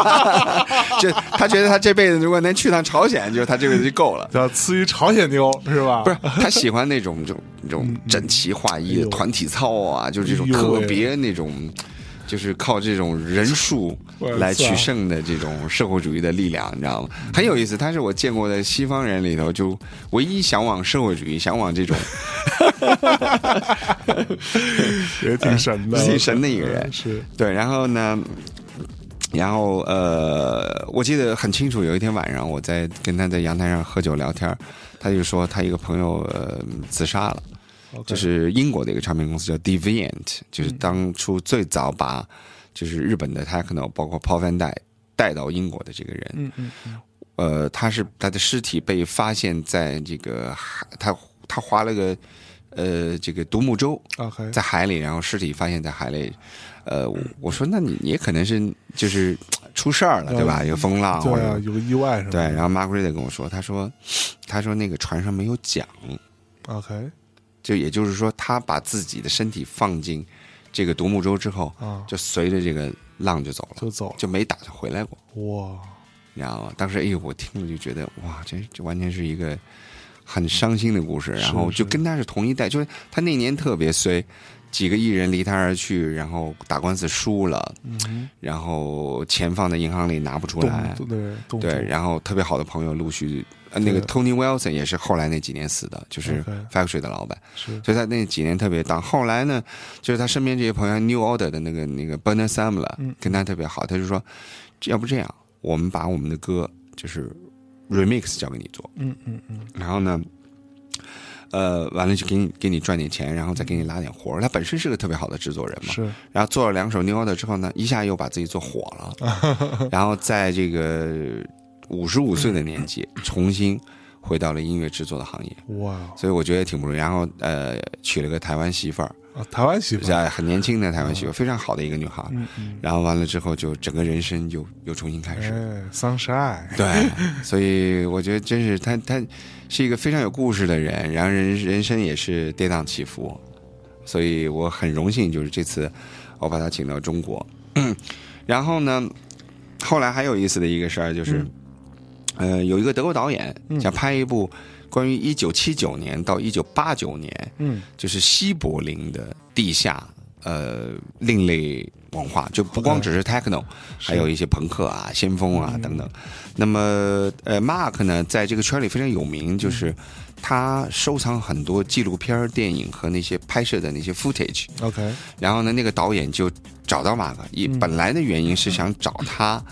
Speaker 2: 就他觉得他这辈子如果能去趟朝鲜，就他这辈子就够了。
Speaker 3: 叫吃一朝鲜妞是吧？
Speaker 2: 不是， 他喜欢那种这种这种整齐划一
Speaker 3: 嗯哎
Speaker 2: 的
Speaker 3: 呦
Speaker 2: 团体操啊，就是这种
Speaker 3: 哎呦
Speaker 2: 特
Speaker 3: 喂
Speaker 2: 别那种，就是靠这种人数
Speaker 3: 我
Speaker 2: 来
Speaker 3: 操嗯
Speaker 2: 取胜的这种社会主义的力量，你知道吗？很有意思，他是我见过的西方人里头就唯一向往社会主义、向往这 种
Speaker 3: 也挺神的，嗯
Speaker 2: 挺神的一个人。
Speaker 3: 是
Speaker 2: 对，然后呢？然后呃，我记得很清楚，有一天晚上我在跟他在阳台上喝酒聊天儿，他就说他一个朋友呃自杀了。
Speaker 3: ，OK，
Speaker 2: 就是英国的一个唱片公司叫 Deviant，就是
Speaker 3: 嗯
Speaker 2: 当初最早把就是日本的 techno 包括 pop and die 带到英国的这个人，
Speaker 3: 嗯嗯嗯
Speaker 2: 呃，他是他的尸体被发现在这个海，他他划了个呃这个独木舟
Speaker 3: ，OK，
Speaker 2: 在海里，然后尸体发现在海里，呃，我
Speaker 3: 嗯
Speaker 2: 我说那你也可能是就是出事儿了对吧？有风浪或
Speaker 3: 对
Speaker 2: 者
Speaker 3: 啊，有个意外什么
Speaker 2: 对，
Speaker 3: 的
Speaker 2: 然后 Margaret 跟我说，他说他说那个船上没有桨。
Speaker 3: ，OK
Speaker 2: 就也就是说，他把自己的身体放进这个独木舟之后，
Speaker 3: 啊，
Speaker 2: 就随着这个浪就走了，
Speaker 3: 就走了，
Speaker 2: 就没打算回来过，
Speaker 3: 哇，
Speaker 2: 你知道吗？当时哎呦，我听了就觉得哇，这这完全是一个很伤心的故事。然后就跟他是同一代，就是他那年特别衰，几个艺人离他而去，然后打官司输了，
Speaker 3: 嗯
Speaker 2: 然后钱放在银行里拿不出来，
Speaker 3: 动对动
Speaker 2: 对，然后特别好的朋友陆续，呃，那个
Speaker 3: 对
Speaker 2: Tony Wilson 也是后来那几年死的，就是
Speaker 3: OK
Speaker 2: Factory 的老板，
Speaker 3: 是
Speaker 2: 所以他那几年特别当。后来呢，就是他身边这些朋友，New Order 的那个那个 Bernard Sumner、
Speaker 3: 嗯
Speaker 2: 跟他特别好，他就说，要不这样，我们把我们的歌就是 remix 交给你做，
Speaker 3: 嗯嗯嗯，
Speaker 2: 然后呢。呃，完了就给你给你赚点钱，然后再给你拉点活儿。他本身是个特别好的制作人嘛，
Speaker 3: 是
Speaker 2: 然后做了两首 New Order 之后呢，一下又把自己做火了， 然后在这个五十五岁的年纪，重新回到了音乐制作的行业，
Speaker 3: 哇哦
Speaker 2: 所以我觉得也挺不容易。然后呃，娶了个台湾媳妇儿，
Speaker 3: 啊，台湾媳妇儿，
Speaker 2: 在很年轻的台湾媳妇儿，非常好的一个女孩。
Speaker 3: 嗯嗯，
Speaker 2: 然后完了之后，就整个人生就又重新开
Speaker 3: 哎
Speaker 2: 始。
Speaker 3: ，Sunshine，
Speaker 2: 对，所以我觉得真是他，他是一个非常有故事的人，然后人人生也是跌宕起伏，所以我很荣幸，就是这次我把他请到中国。嗯然后呢，后来还有意思的一个事儿就是，呃，有一个德国导演想拍一部关于一九七九年到一九八九年，
Speaker 3: 嗯，
Speaker 2: 就是西柏林的地下呃另类文化，就不光只是 techno，还有一些朋克啊、先锋啊等等。那么呃，Mark 呢，在这个圈里非常有名，就是他收藏很多纪录片儿、电影和那些拍摄的那些 footage。
Speaker 3: ，OK，
Speaker 2: 然后呢，那个导演就找到马克，一本来的原因是想找他。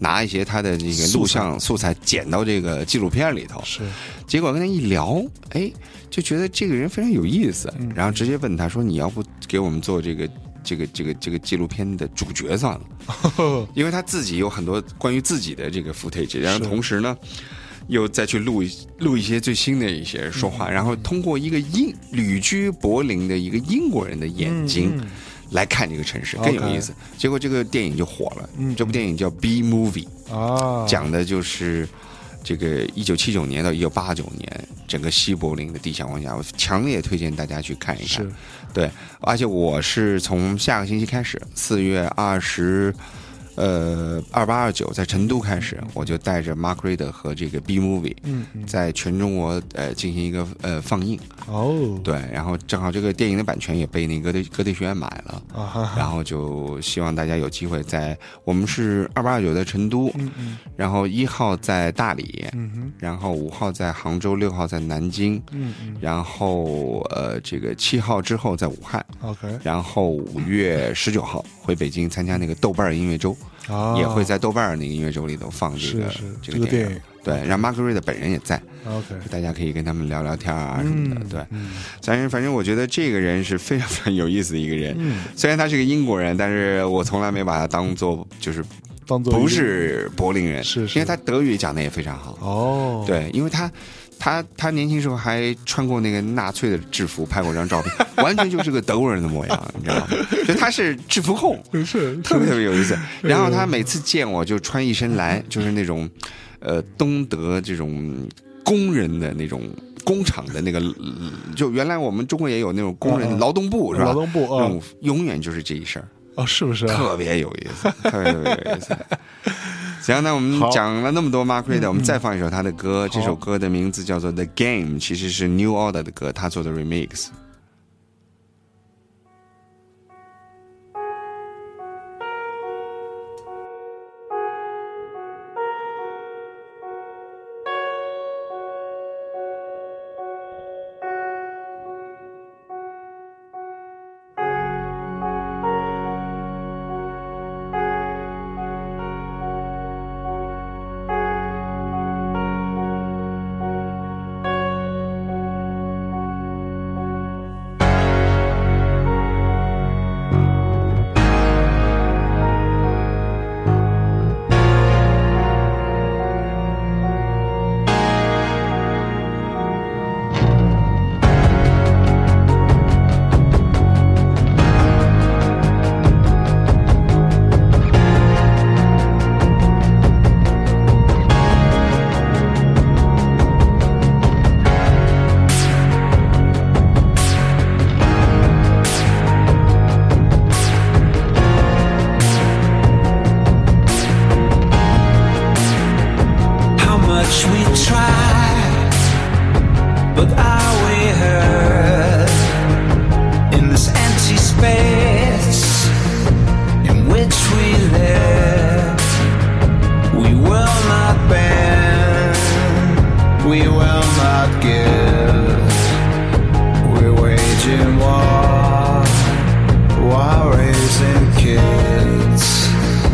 Speaker 2: 拿一些他的这个录像素材剪到这个纪录片里头，
Speaker 3: 是
Speaker 2: 结果跟他一聊，哎，就觉得这个人非常有意思，然后直接问他说：“你要不给我们做这个这个这个这个纪录片的主角算了？”因为他自己有很多关于自己的这个 footage，然后同时呢，又再去录一录一些最新的一些说
Speaker 3: 嗯
Speaker 2: 话，然后通过一个英旅居柏林的一个英国人的 眼
Speaker 3: 嗯
Speaker 2: 睛。来看这个城市更有意思结果这个电影就火了。这部电影叫《B Movie》，
Speaker 3: 嗯啊，
Speaker 2: 讲的就是这个一九七九年到一九八九年整个西柏林的地下文化，我强烈推荐大家去看一看
Speaker 3: 是。
Speaker 2: 对，而且我是从下个星期开始，四月二十。呃，二八二九在成都开始，我就带着 Mark Reed 和这个 B Movie，
Speaker 3: 嗯嗯
Speaker 2: 在全中国呃进行一个呃放映，
Speaker 3: 哦，
Speaker 2: 对，然后正好这个电影的版权也被那个歌德歌德学院买了，
Speaker 3: 啊哈哈，
Speaker 2: 然后就希望大家有机会在我们是二八二九在成都，然后一号在大理，
Speaker 3: 嗯
Speaker 2: 然后五号在杭州，六号在南京，
Speaker 3: 嗯嗯
Speaker 2: 然后呃这个七号之后在武汉，
Speaker 3: ，OK，
Speaker 2: 然后五月十九号回北京参加那个豆瓣儿音乐周，
Speaker 3: 啊，
Speaker 2: 也会在豆瓣儿那个音乐周里头放这个
Speaker 3: 是是
Speaker 2: 这
Speaker 3: 这个
Speaker 2: 个
Speaker 3: 电
Speaker 2: 电
Speaker 3: 影
Speaker 2: 影。对，让马格瑞的本人也在，
Speaker 3: OK，
Speaker 2: 大家可以跟他们聊聊天啊什么的。对，
Speaker 3: 嗯
Speaker 2: 反正反正我觉得这个人是非常非常有意思的一个人，
Speaker 3: 嗯，
Speaker 2: 虽然他是个英国人，但是我从来没把他当做就是
Speaker 3: 当做
Speaker 2: 不是柏林人，
Speaker 3: 是是
Speaker 2: 因为他德语讲的也非常好。
Speaker 3: 哦，，
Speaker 2: 对，因为他他他年轻时候还穿过那个纳粹的制服，拍过张照 片，完全就是个德国人的模样，你知道吗？就他是制服控，
Speaker 3: 是
Speaker 2: 特别特别有意 思。然后他每次见我就穿一身蓝，就是那种呃东德这种工人的那种。工厂的那个，呃就原来我们中国也有那种工
Speaker 3: 嗯嗯
Speaker 2: 人劳动部是吧？
Speaker 3: 劳动部嗯
Speaker 2: 那种永远就是这一身儿，
Speaker 3: 哦，是不是啊？
Speaker 2: 特别有意思，特别特别有意思。 行，那我们
Speaker 3: 好
Speaker 2: 讲了那么多 Mark Reed，我们再放一首他的歌，
Speaker 3: 嗯
Speaker 2: 这首歌的名字叫做《The Game》，其实是 New Order 的歌，他做的 remix。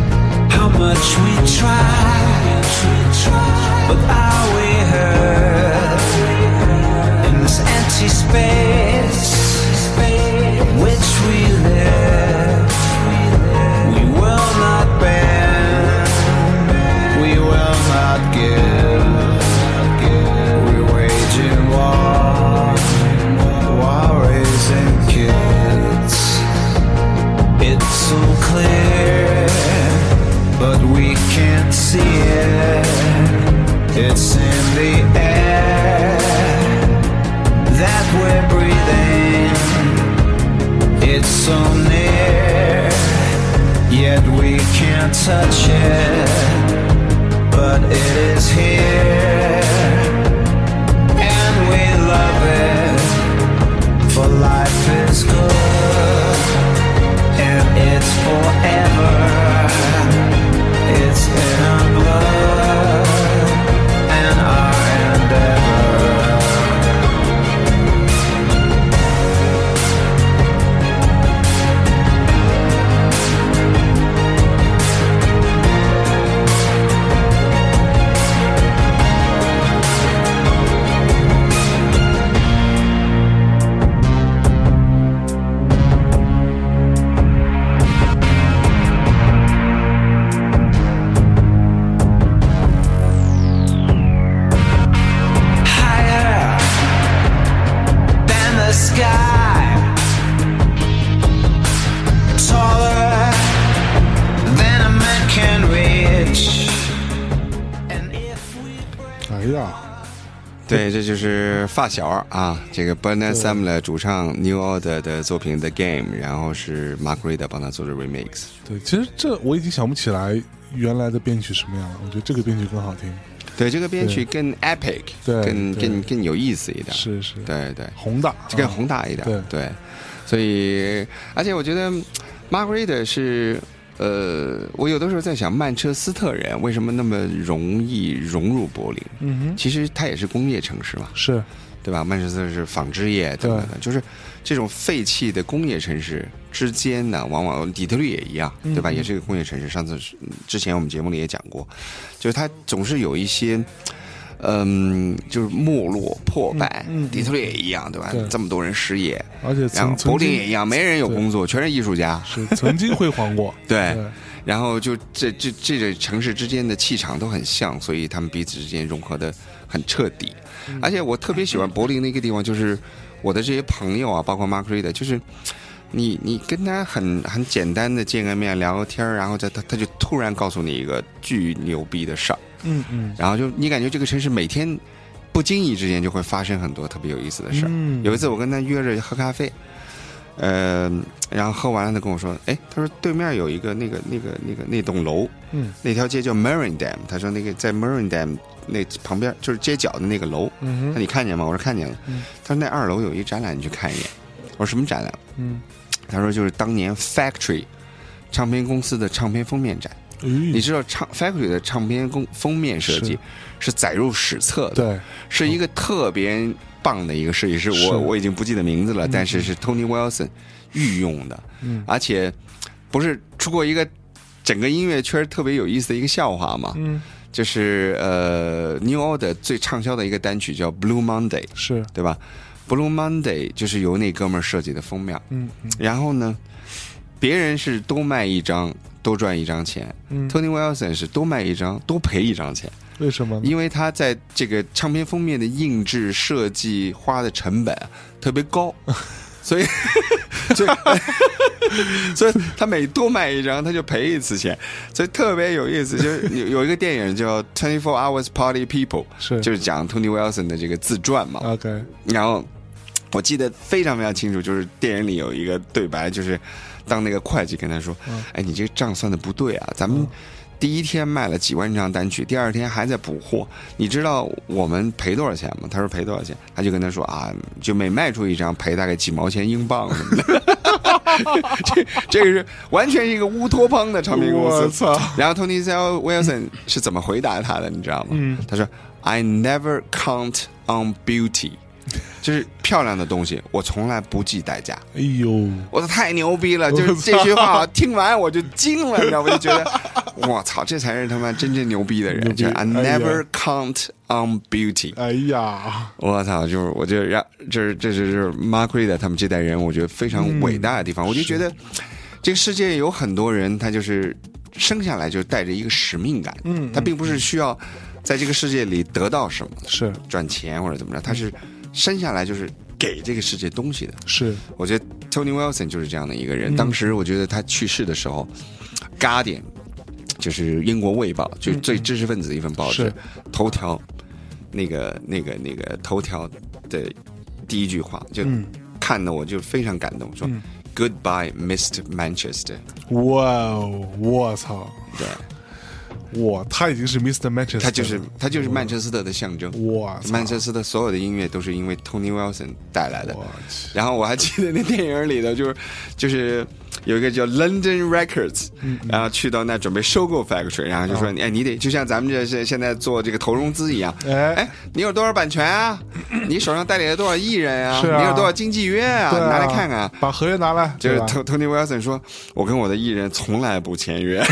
Speaker 4: we tried, but are we heard in this empty space in which we live? We will not bend, we will not give. We're waging war, war raising kids. It's so clear but we can't see it. It's in the air that we're breathing. It's so near, yet we can't touch it. But it is here, and we love it. For life is good, and it's forever. It's in our blood and our endeavor. Higher than the sky, taller than a man can reach. And if we break.
Speaker 3: 哎呀，
Speaker 2: 对，这就是发小啊，这个 Bernard Sumner 主唱 New Order 的作品《The Game》，然后是 Mark Rida 帮他做的 remix。
Speaker 3: 对，其实这我已经想不起来原来的编曲什么样了，我觉得这个编曲更好听，
Speaker 2: 对，这个编曲更 epic，
Speaker 3: 对
Speaker 2: 更
Speaker 3: 对
Speaker 2: 更更有意思一点。
Speaker 3: 是是，
Speaker 2: 对对，
Speaker 3: 宏大，
Speaker 2: 这更
Speaker 3: 啊
Speaker 2: 宏大一点。
Speaker 3: 对
Speaker 2: 所以而且我觉得 Margaret 是。呃，我有的时候在想，曼彻斯特人为什么那么容易融入柏林？
Speaker 3: 嗯哼，
Speaker 2: 其实它也是工业城市嘛，
Speaker 3: 是
Speaker 2: 对吧？曼彻斯特是纺织业等等的，就是这种废弃的工业城市之间呢，往往底特律也一样，
Speaker 3: 嗯
Speaker 2: 对吧？也是一个工业城市。上次是嗯之前我们节目里也讲过，就是它总是有一些。嗯，就是没落破败，
Speaker 3: 嗯嗯
Speaker 2: 底特律也一样，对吧？
Speaker 3: 对
Speaker 2: 这么多人失业，
Speaker 3: 而且
Speaker 2: 然后
Speaker 3: 曾曾
Speaker 2: 柏林也一
Speaker 3: 经
Speaker 2: 样，没人有
Speaker 3: 对
Speaker 2: 工作，全是艺术家。
Speaker 3: 是曾经辉煌 过，
Speaker 2: 对，
Speaker 3: 对，
Speaker 2: 然后就这这这个城市之间的气场都很像，所以他们彼此之间融合的很彻底。而且我特别喜欢柏林的一个地方，就是我的这些朋友啊，包括 Mark r i d 就是你你跟他很很简单的见个面聊个天儿然后他他他就突然告诉你一个巨牛逼的事儿，
Speaker 3: 嗯嗯，
Speaker 2: 然后就你感觉这个城市每天不经意之间就会发生很多特别有意思的事儿。
Speaker 3: 嗯
Speaker 2: 有一次我跟他约着喝咖啡，呃，然后喝完了，他跟我说，哎，他说对面有一个那个那个那个那栋楼，
Speaker 3: 嗯，
Speaker 2: 那条街叫 Marin Dam，他说那个在 Marin Dam 那旁边就是街角的那个楼，
Speaker 3: 嗯
Speaker 2: 那
Speaker 3: 哼，
Speaker 2: 你看见吗？我说看见了。
Speaker 3: 嗯
Speaker 2: 他说那二楼有一展览，你去看一眼。我说什么展览？
Speaker 3: 嗯，
Speaker 2: 他说就是当年 Factory 唱片公司的唱片封面展。你
Speaker 3: 你
Speaker 2: 知道唱 Factory 的唱片公封面设计是载入史册的，
Speaker 3: 对，
Speaker 2: 是一个特别棒的一个设计师，
Speaker 3: 是
Speaker 2: 我我已经不记得名字了，但是是 Tony Wilson 御用的，
Speaker 3: 嗯
Speaker 2: 而且不是出过一个整个音乐圈特别有意思的一个笑话嘛，
Speaker 3: 嗯
Speaker 2: 就是呃 New Order 最畅销的一个单曲叫 Blue Monday，
Speaker 3: 是，
Speaker 2: 对吧？Blue Monday 就是由那哥们儿设计的封面，
Speaker 3: 嗯嗯
Speaker 2: 然后呢，别人是多卖一张多赚一张钱，
Speaker 3: 嗯，
Speaker 2: Tony Wilson 是多卖一张多赔一张钱，
Speaker 3: 为什么呢？
Speaker 2: 因为他在这个唱片封面的印制设计花的成本特别高，所以 所以所以他每多卖一张他就赔一次钱，所以特别有意思。就是有有一个电影叫《Twenty Four Hours Party People》，
Speaker 3: 是
Speaker 2: 就是讲 Tony Wilson 的这个自传嘛，
Speaker 3: OK，
Speaker 2: 然后我记得非常非常清楚，就是电影里有一个对白，就是当那个会计跟他说：“
Speaker 3: 嗯
Speaker 2: 哎，你这个账算的不对啊，咱们第一天卖了几万张单曲，第二天还在补货，你知道我们赔多少钱吗？”他说：“赔多少钱？”他就跟他说：“啊，就每卖出一张赔大概几毛钱英镑什么的。” 这这个是完全是一个乌托邦的唱片公司。
Speaker 3: 我操！
Speaker 2: 然后 Tony Zell Wilson 是怎么回答他的，你知道吗？
Speaker 3: 嗯
Speaker 2: 他说：“I never count on beauty，就是漂亮的东西，我从来不计代价。”
Speaker 3: 哎呦，
Speaker 2: 我说太牛逼了！
Speaker 3: 我
Speaker 2: 就
Speaker 3: 操
Speaker 2: 是这句话听完我就惊了，你知道吗？我就觉得我操，这才是他妈真正牛逼的
Speaker 3: 牛
Speaker 2: 人！
Speaker 3: 逼
Speaker 2: 就是 I
Speaker 3: 哎呀
Speaker 2: never count on beauty。
Speaker 3: 哎呀，
Speaker 2: 我操，就是我就让就是这就是 Mark r i d 他们这代人，我觉得非常伟大的地方。我就觉得这个世界有很多人，他就是生下来就带着一个使命感，嗯，他并不是需要在这个世界里得到什么，
Speaker 3: 嗯是
Speaker 2: 赚钱或者怎么着，他是生下来就是给这个世界东西的。
Speaker 3: 是，
Speaker 2: 我觉得 Tony Wilson 就是这样的一个人。当时我觉得他去世的时候，《Guardian》就是英国《卫报》，就是最知识分子的一份报纸
Speaker 3: 是，
Speaker 2: 头条那个那个那个头条的第一句话，就看的我就非常感动，说 “Goodbye, Mr. Manchester”。
Speaker 3: 哇哦，我操，
Speaker 2: 对，
Speaker 3: 哇，他已经是 Mr. Manchester，
Speaker 2: 他就是他就是曼彻斯特的象征。
Speaker 3: 哇操
Speaker 2: 曼彻斯特所有的音乐都是因为 Tony Wilson 带来的
Speaker 3: 我。去，
Speaker 2: 然后我还记得那电影里的就是就是有一个叫 London Records，、然
Speaker 3: 嗯
Speaker 2: 后去到那准备收购 Factory，然后就说、
Speaker 3: 哦
Speaker 2: 哎你得就像咱们这现现在做这个投融资一样，
Speaker 3: 哎
Speaker 2: 哎你有多少版权啊？你手上代理了多少艺人啊？
Speaker 3: 是啊
Speaker 2: 你有多少经纪约啊？
Speaker 3: 对啊
Speaker 2: 拿来看看啊。
Speaker 3: 把合约拿来，
Speaker 2: 就是
Speaker 3: 对吧
Speaker 2: Tony Tony Wilson 说，我跟我的艺人从来不签约，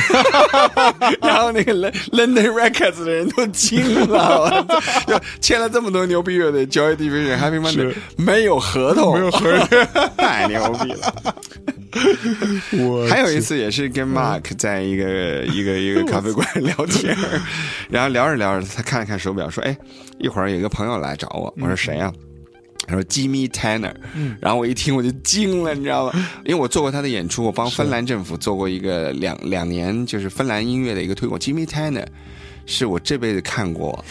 Speaker 2: 然后那个 Lon- London Records 的人都惊了，我操就签了这么多牛逼乐队，Joy Division、Happy Monday
Speaker 3: 是
Speaker 2: 没有合同，
Speaker 3: 没有合约，
Speaker 2: 太牛逼了！
Speaker 3: 我
Speaker 2: 还有一
Speaker 3: 去
Speaker 2: 次也是跟 Mark 在一个一个一个咖啡馆聊天儿， 然后聊着聊着，他看了看手表，说：“哎，一会儿有一个朋友来找我。”我说：“谁呀、他说 Jimmy Tanner，然后我一听我就惊了，你知道吗？因为我做过他的演出，我帮芬兰政府做过一个两两年，就是芬兰音乐的一个推广。Jimmy Tanner 是我这辈子看过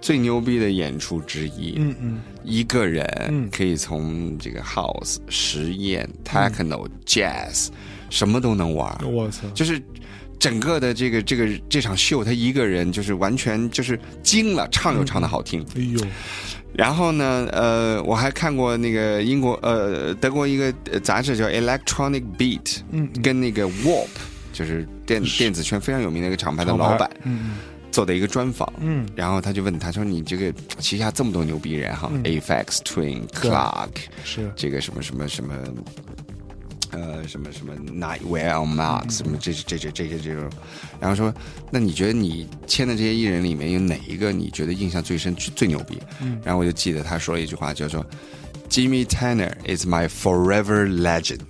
Speaker 2: 最牛逼的演出之一。嗯嗯，一个人可以从这个 house、实验、techno、jazz 什么都能玩。
Speaker 3: 我操，
Speaker 2: 就是整个的这个这个这场秀，他一个人就是完全就是惊了，唱又唱的好听。
Speaker 3: 哎呦，
Speaker 2: 然后呢，呃，我还看过那个英国呃德国一个呃杂志叫 Electronic Beat，
Speaker 3: 嗯，嗯
Speaker 2: 跟那个 Warp 就是电电子圈非常有名的一个厂牌的老板
Speaker 3: 嗯
Speaker 2: 做的一个专访。
Speaker 3: 嗯
Speaker 2: 然后他就问他说：“你这个旗下这么多牛逼人哈、a f x Twin、Clark，
Speaker 3: 嗯，是
Speaker 2: 这个什么什么什么，呃，什么什么 Nightwell Mark 什么这这这这些这种，然后说，那你觉得你签的这些艺人里面有哪一个你觉得印象最深、最最牛逼？然后我就记得他说了一句话，叫做 “Jimmy Tanner is my forever legend”，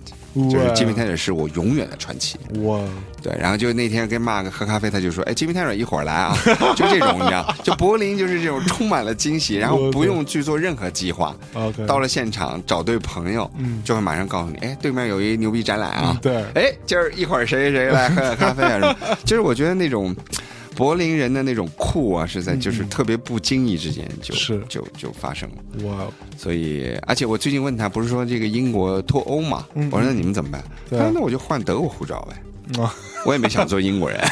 Speaker 2: 就是
Speaker 3: 哇
Speaker 2: Jimmy Tanner 是我永远的传奇。
Speaker 3: 我
Speaker 2: 对，然后就那天跟 Mark 喝咖啡，他就说：“哎，Jimmy Tanner 一会儿来啊。”就这种，你知道，就柏林就是这种充满了惊喜，然后
Speaker 3: 我
Speaker 2: 不
Speaker 3: 操
Speaker 2: 用去做任何计划。
Speaker 3: OK
Speaker 2: 到了现场找对朋友，就会马上告诉你，哎，对面有一牛逼展览啊，
Speaker 3: 嗯对
Speaker 2: 哎，今儿一会儿谁谁谁来喝咖啡啊什么，就是我觉得那种。柏林人的那种酷啊，是在就是特别不经意之间就是就就发生了，
Speaker 3: 我
Speaker 2: 所以而且我最近问他，不是说这个英国脱欧嘛，我说那你们怎么办？他
Speaker 3: 对
Speaker 2: 说那我就换德国护照呗。
Speaker 3: 啊，
Speaker 2: 我也没想做英国人，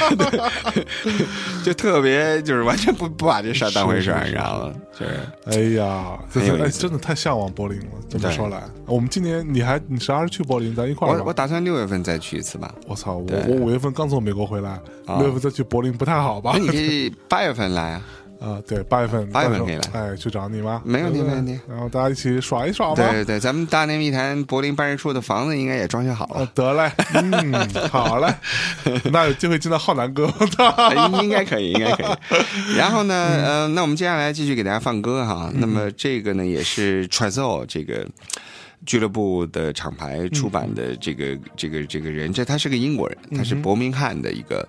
Speaker 2: 就就特别就是完全不不把这事儿当回事儿，你知道吗？就是
Speaker 3: 哎呀，这
Speaker 2: 很有
Speaker 3: 是
Speaker 2: 意
Speaker 3: 哎，
Speaker 2: 思
Speaker 3: 真的太向往柏林了。怎么
Speaker 2: 对
Speaker 3: 说来？我们今年你还你啥时候去柏林？咱一块儿
Speaker 2: 哎我我
Speaker 3: 吧。
Speaker 2: 打算六月份再去一次吧。
Speaker 3: 我操，我
Speaker 2: 对啊
Speaker 3: 我五月份刚从美国回来，六月份再去柏林不太好吧
Speaker 2: 哎那？你可以八月份 来啊，
Speaker 3: 啊，对，八月份
Speaker 2: 八月份
Speaker 3: 到时候
Speaker 2: 可以来
Speaker 3: 哎，去找你吧。
Speaker 2: 没问题
Speaker 3: 对不对
Speaker 2: 没问题
Speaker 3: 然后大家一起耍一耍吧。
Speaker 2: 对对对，咱们大内密谈柏林办事处的房子应该也装修好
Speaker 3: 啊
Speaker 2: 了，，
Speaker 3: 得嘞，嗯， 好嘞，那有机会见到浩南哥，
Speaker 2: 应应该可以，应该可以。然后呢，呃，那我们接下来继续给大家放歌哈。那么这个呢，也是 t r a z o 这个俱乐部的厂牌出版的这个这个这个人，这他是个英国人，他是伯明翰的一个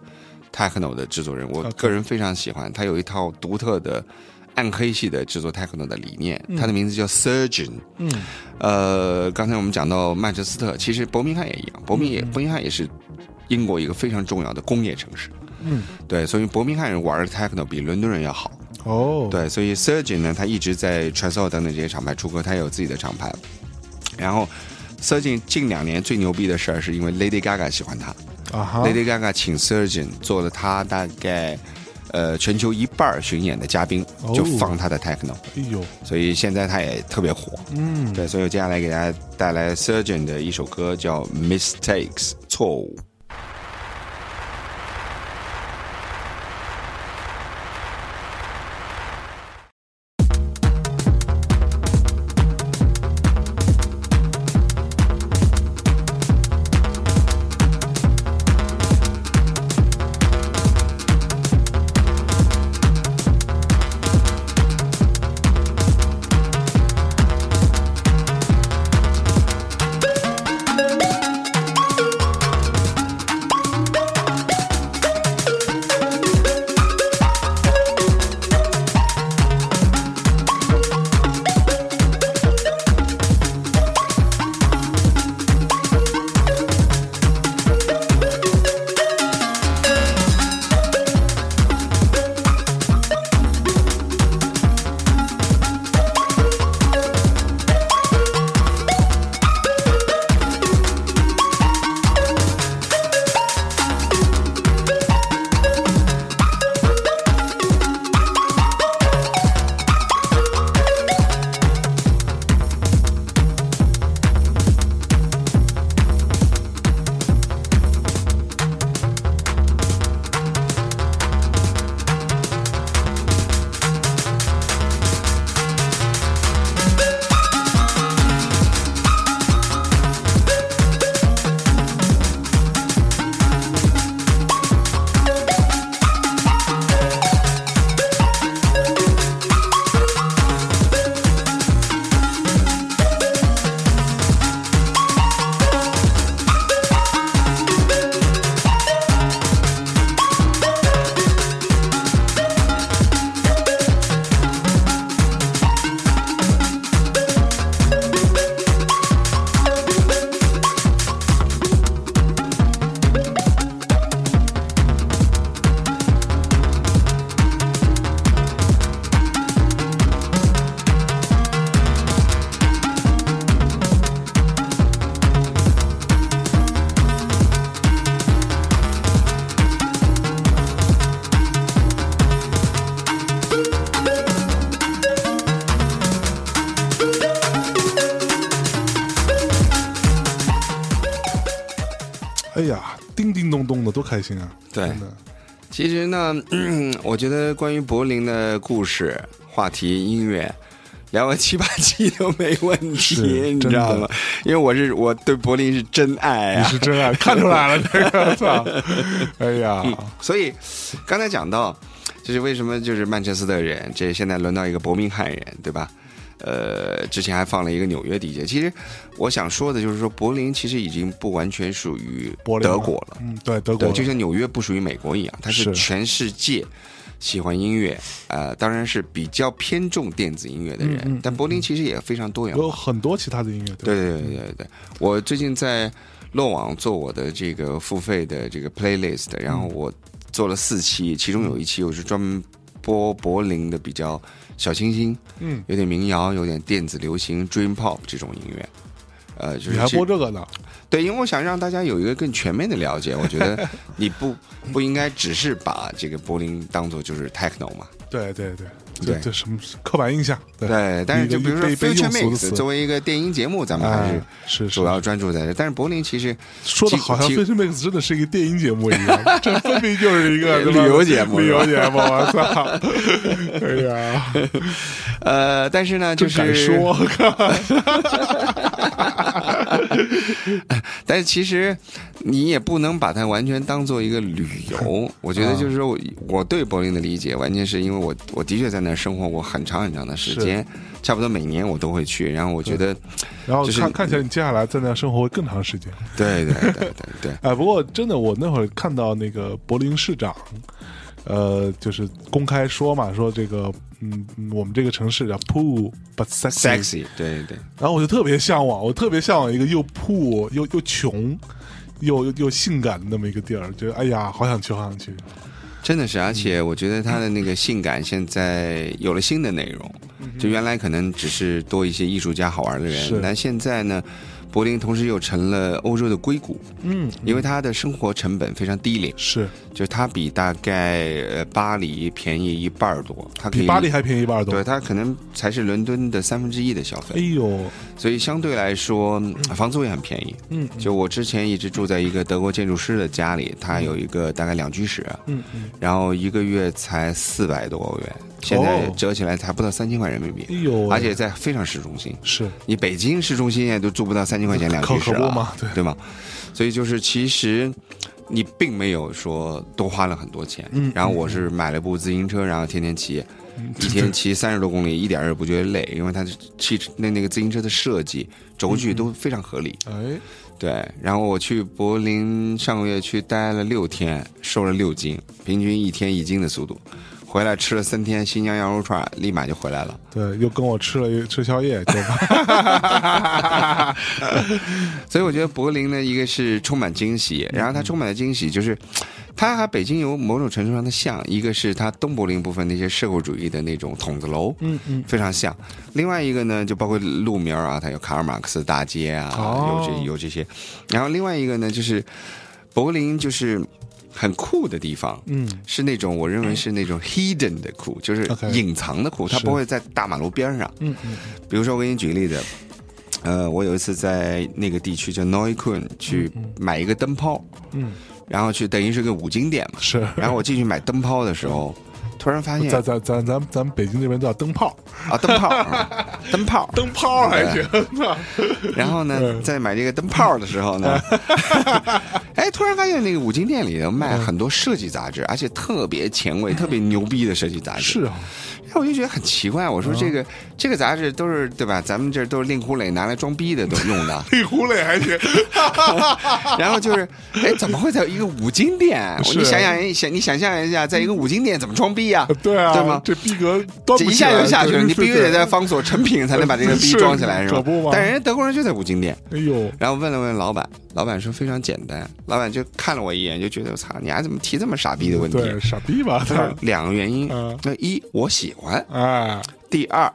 Speaker 2: techno 的制作人，我
Speaker 3: OK
Speaker 2: 个人非常喜欢，他有一套独特的暗黑系的制作 techno 的理念，他的名字叫 Surgeon。
Speaker 3: 嗯，
Speaker 2: 呃，刚才我们讲到曼彻斯特，其实伯明翰也一样，伯明也伯明翰也是英国一个非常重要的工业城市。
Speaker 3: 嗯，
Speaker 2: 对，所以伯明翰人玩 techno 比伦敦人要好。
Speaker 3: 哦，，
Speaker 2: 对，所以 Surgeon 呢，他一直在 t r a s o 等等这些厂牌出歌，他也有自己的厂牌。然后 Surgeon 近两年最牛逼的事儿，是因为 Lady Gaga 喜欢他、
Speaker 3: 啊哈
Speaker 2: l a，d y Gaga 请 Surgeon 做了他大概呃全球一半儿巡演的嘉宾，
Speaker 3: 哦
Speaker 2: 就放他的 techno，、
Speaker 3: 哎呦，
Speaker 2: 所以现在他也特别火。
Speaker 3: 嗯，
Speaker 2: 对，所以我接下来给大家带来 Surgeon 的一首歌，叫《Mistakes》错误。
Speaker 5: I
Speaker 3: 哎洞洞的，多开心啊！
Speaker 2: 对
Speaker 3: 真的，
Speaker 2: 嗯其实呢， 嗯我觉得关于柏林的故事、话题、音乐，聊个七八期都没问
Speaker 3: 是
Speaker 2: 题，你
Speaker 3: 真
Speaker 2: 知
Speaker 3: 的
Speaker 2: 道吗？因为我是我对柏林是真爱
Speaker 3: 你
Speaker 2: 啊。
Speaker 3: 是真爱，看出来了，这个 操！哎呀，
Speaker 2: 所以刚才讲到，就是为什么就是曼彻斯特人，这现在轮到一个伯明翰人，对吧？呃，之前还放了一个纽约 DJ。其实我想说的就是说，柏林其实已经不完全属于
Speaker 3: 柏林
Speaker 2: 德
Speaker 3: 嘛
Speaker 2: 国了。
Speaker 3: 嗯，对，德国
Speaker 2: 对，就像纽约不属于美国一样，它是
Speaker 3: 是
Speaker 2: 全世界喜欢音乐，呃，当然是比较偏重电子音乐的人，
Speaker 3: 嗯嗯
Speaker 2: 但柏林其实也非常多元
Speaker 3: 有
Speaker 2: 化。
Speaker 3: 很多其他的音乐，吧
Speaker 2: 对对对对对对，我最近在漏网做我的这个付费的这个 playlist，然
Speaker 3: 嗯
Speaker 2: 后我做了四期，其中有一期我是专门播柏林的比较小清新，
Speaker 3: 嗯，
Speaker 2: 有点民谣，有点电子流行 dream pop 这种音乐。呃，就是
Speaker 3: 你还
Speaker 2: 这
Speaker 3: 播这个呢？
Speaker 2: 对，因为我想让大家有一个更全面的了解。我觉 得你不不应该只是把这个柏林当做就是 techno 嘛。
Speaker 3: 对对对，
Speaker 2: 对
Speaker 3: 这这什么刻板印象？
Speaker 2: 对，但是就比如说
Speaker 3: 被被
Speaker 2: future
Speaker 3: 用俗的
Speaker 2: mix
Speaker 3: 词
Speaker 2: 作为一个电音节目，咱们还
Speaker 3: 哎
Speaker 2: 是
Speaker 3: 是是
Speaker 2: 主要专注在这。但是柏林其实
Speaker 3: 说的好像
Speaker 2: 其
Speaker 3: 《Fashion Mix》真的是一个电音节目一 样，这分明就是一个
Speaker 2: 旅
Speaker 3: 他妈
Speaker 2: 游节目
Speaker 3: 旅游节目，我操！ 哎呀，
Speaker 2: 呃，但是呢，就
Speaker 3: 真敢
Speaker 2: 是
Speaker 3: 说，我靠！
Speaker 2: 但是其实你也不能把它完全当做一个旅游。我
Speaker 3: 啊
Speaker 2: 觉得就是说我，我对柏林的理解，完全是因为我我的确在那儿生活过很长很长的时
Speaker 3: 是嗯
Speaker 2: 间，差不多每年我都会去。然后我觉得，
Speaker 3: 然后
Speaker 2: 就是
Speaker 3: 看看起来你接下来在那生活会更长时间。
Speaker 2: 对对对对对，
Speaker 3: 哎，不过真的，我那会儿看到那个柏林市长，呃，就是公开说嘛，说这个，嗯，嗯我们这个城市叫 poor but sexy，
Speaker 2: sexy，对对对，
Speaker 3: 然后我就特别向往，我特别向往一个又破又又穷。又又又性感的那么一个地儿，就哎呀，好想去，好想去。
Speaker 2: 真的是，而
Speaker 3: 嗯
Speaker 2: 且我觉得他的那个性感现在有了新的内容，就原来可能只是多一些艺术家好玩的人
Speaker 3: 嗯是，
Speaker 2: 但现在呢，柏林同时又成了欧洲的硅谷，
Speaker 3: 嗯，
Speaker 2: 因为它的生活成本非常低廉，
Speaker 3: 是
Speaker 2: 就是它比大概呃巴黎便宜一半儿多，它可以
Speaker 3: 比巴黎还便宜一半儿多。
Speaker 2: 对它可能才是伦敦的三分之一的消费
Speaker 3: 哎，呦，
Speaker 2: 所以相对来说嗯房租也很便宜。
Speaker 3: 嗯
Speaker 2: 就我之前一直住在一个德国建筑师的家里，他有一个大概两居室，
Speaker 3: 嗯嗯，
Speaker 2: 然后一个月才四百多欧元，现在折起来才不到三千块人民
Speaker 3: 哎
Speaker 2: 币，
Speaker 3: 呦，
Speaker 2: 而且在非常市中心。
Speaker 3: 是
Speaker 2: 你北京市中心也都住不到三千块钱两
Speaker 3: 可
Speaker 2: 居室
Speaker 3: 可不
Speaker 2: 了，
Speaker 3: 嘛对
Speaker 2: 吗？所以就是其实你并没有说多花了很多钱。
Speaker 3: 嗯
Speaker 2: 然后我是买了部自行车，然后天天骑，一天骑三十多公里，一点儿也不觉得累，因为它的汽车那那个自行车的设计轴
Speaker 3: 嗯
Speaker 2: 距都非常合理。
Speaker 3: 哎，
Speaker 2: 对，然后我去柏林上个月去待了六天，瘦了六斤，平均一天一斤的速度。回来吃了三天新疆羊肉串，立马就回来了。
Speaker 3: 对，又跟我吃了一吃宵 夜，就
Speaker 2: 所以我觉得柏林呢，一个是充满惊喜，然后它充满了惊喜，就是它和北京有某种程度上的像，一个是它东柏林部分那些社会主义的那种筒子楼，
Speaker 3: 嗯嗯，
Speaker 2: 非常像；另外一个呢，就包括路名儿啊，它有卡尔马克思大街啊，
Speaker 3: 哦
Speaker 2: 有这有这些，然后另外一个呢，就是柏林就是很酷的地方，
Speaker 3: 嗯，
Speaker 2: 是那种我认为是那种 hidden 的酷，就是
Speaker 3: OK
Speaker 2: 隐藏的酷，它
Speaker 3: 是
Speaker 2: 不会在大马路边上。
Speaker 3: 嗯嗯，
Speaker 2: 比如说，我给你举个例子，呃，我有一次在那个地区叫 Neukölln 去买一个灯泡，
Speaker 3: 嗯，
Speaker 2: 然后去等于是个五金店嘛，
Speaker 3: 是。
Speaker 2: 然后我进去买灯泡的时候，突然发现
Speaker 3: 咱咱咱咱咱们北京这边叫灯泡，
Speaker 2: 啊灯泡，啊灯泡，
Speaker 3: 灯泡还行，
Speaker 2: 然后呢，
Speaker 3: 嗯
Speaker 2: 在买这个灯泡的时候呢，哎，突然发现那个五金店里头
Speaker 3: 嗯
Speaker 2: 卖很多设计杂志，而且特别前卫、特别牛逼的设计杂志。
Speaker 3: 是嗯啊，。
Speaker 2: 然后我就觉得很奇怪，我说这个、这个杂志都是对吧？咱们这都是令狐磊拿来装逼的都用的
Speaker 3: 黑狐狸还行，
Speaker 2: 然后就是，哎，怎么会在一个五金店？
Speaker 3: 是
Speaker 2: 你想想一想，你想象一下，在一个五金店怎么装逼啊？
Speaker 3: 对啊，
Speaker 2: 对吗？
Speaker 3: 这逼格端
Speaker 2: 这
Speaker 3: 不
Speaker 2: 一
Speaker 3: 起
Speaker 2: 下
Speaker 3: 来
Speaker 2: 就下去了，
Speaker 3: 对
Speaker 2: 你必须
Speaker 3: 对
Speaker 2: 得在方所成品才能把这个逼
Speaker 3: 是
Speaker 2: 装起来，是吧
Speaker 3: 可不嘛？
Speaker 2: 但人家德国人就在五金店，
Speaker 3: 哎呦，
Speaker 2: 然后问了问老板，老板说非常简单，老板就看了我一眼，就觉得我操，你还怎么提这么傻逼的问题？
Speaker 3: 对，傻逼 吧
Speaker 2: 他说
Speaker 3: 他，
Speaker 2: 两个原因
Speaker 3: 嗯，
Speaker 2: 那一我喜欢，
Speaker 3: 哎，
Speaker 2: 第二，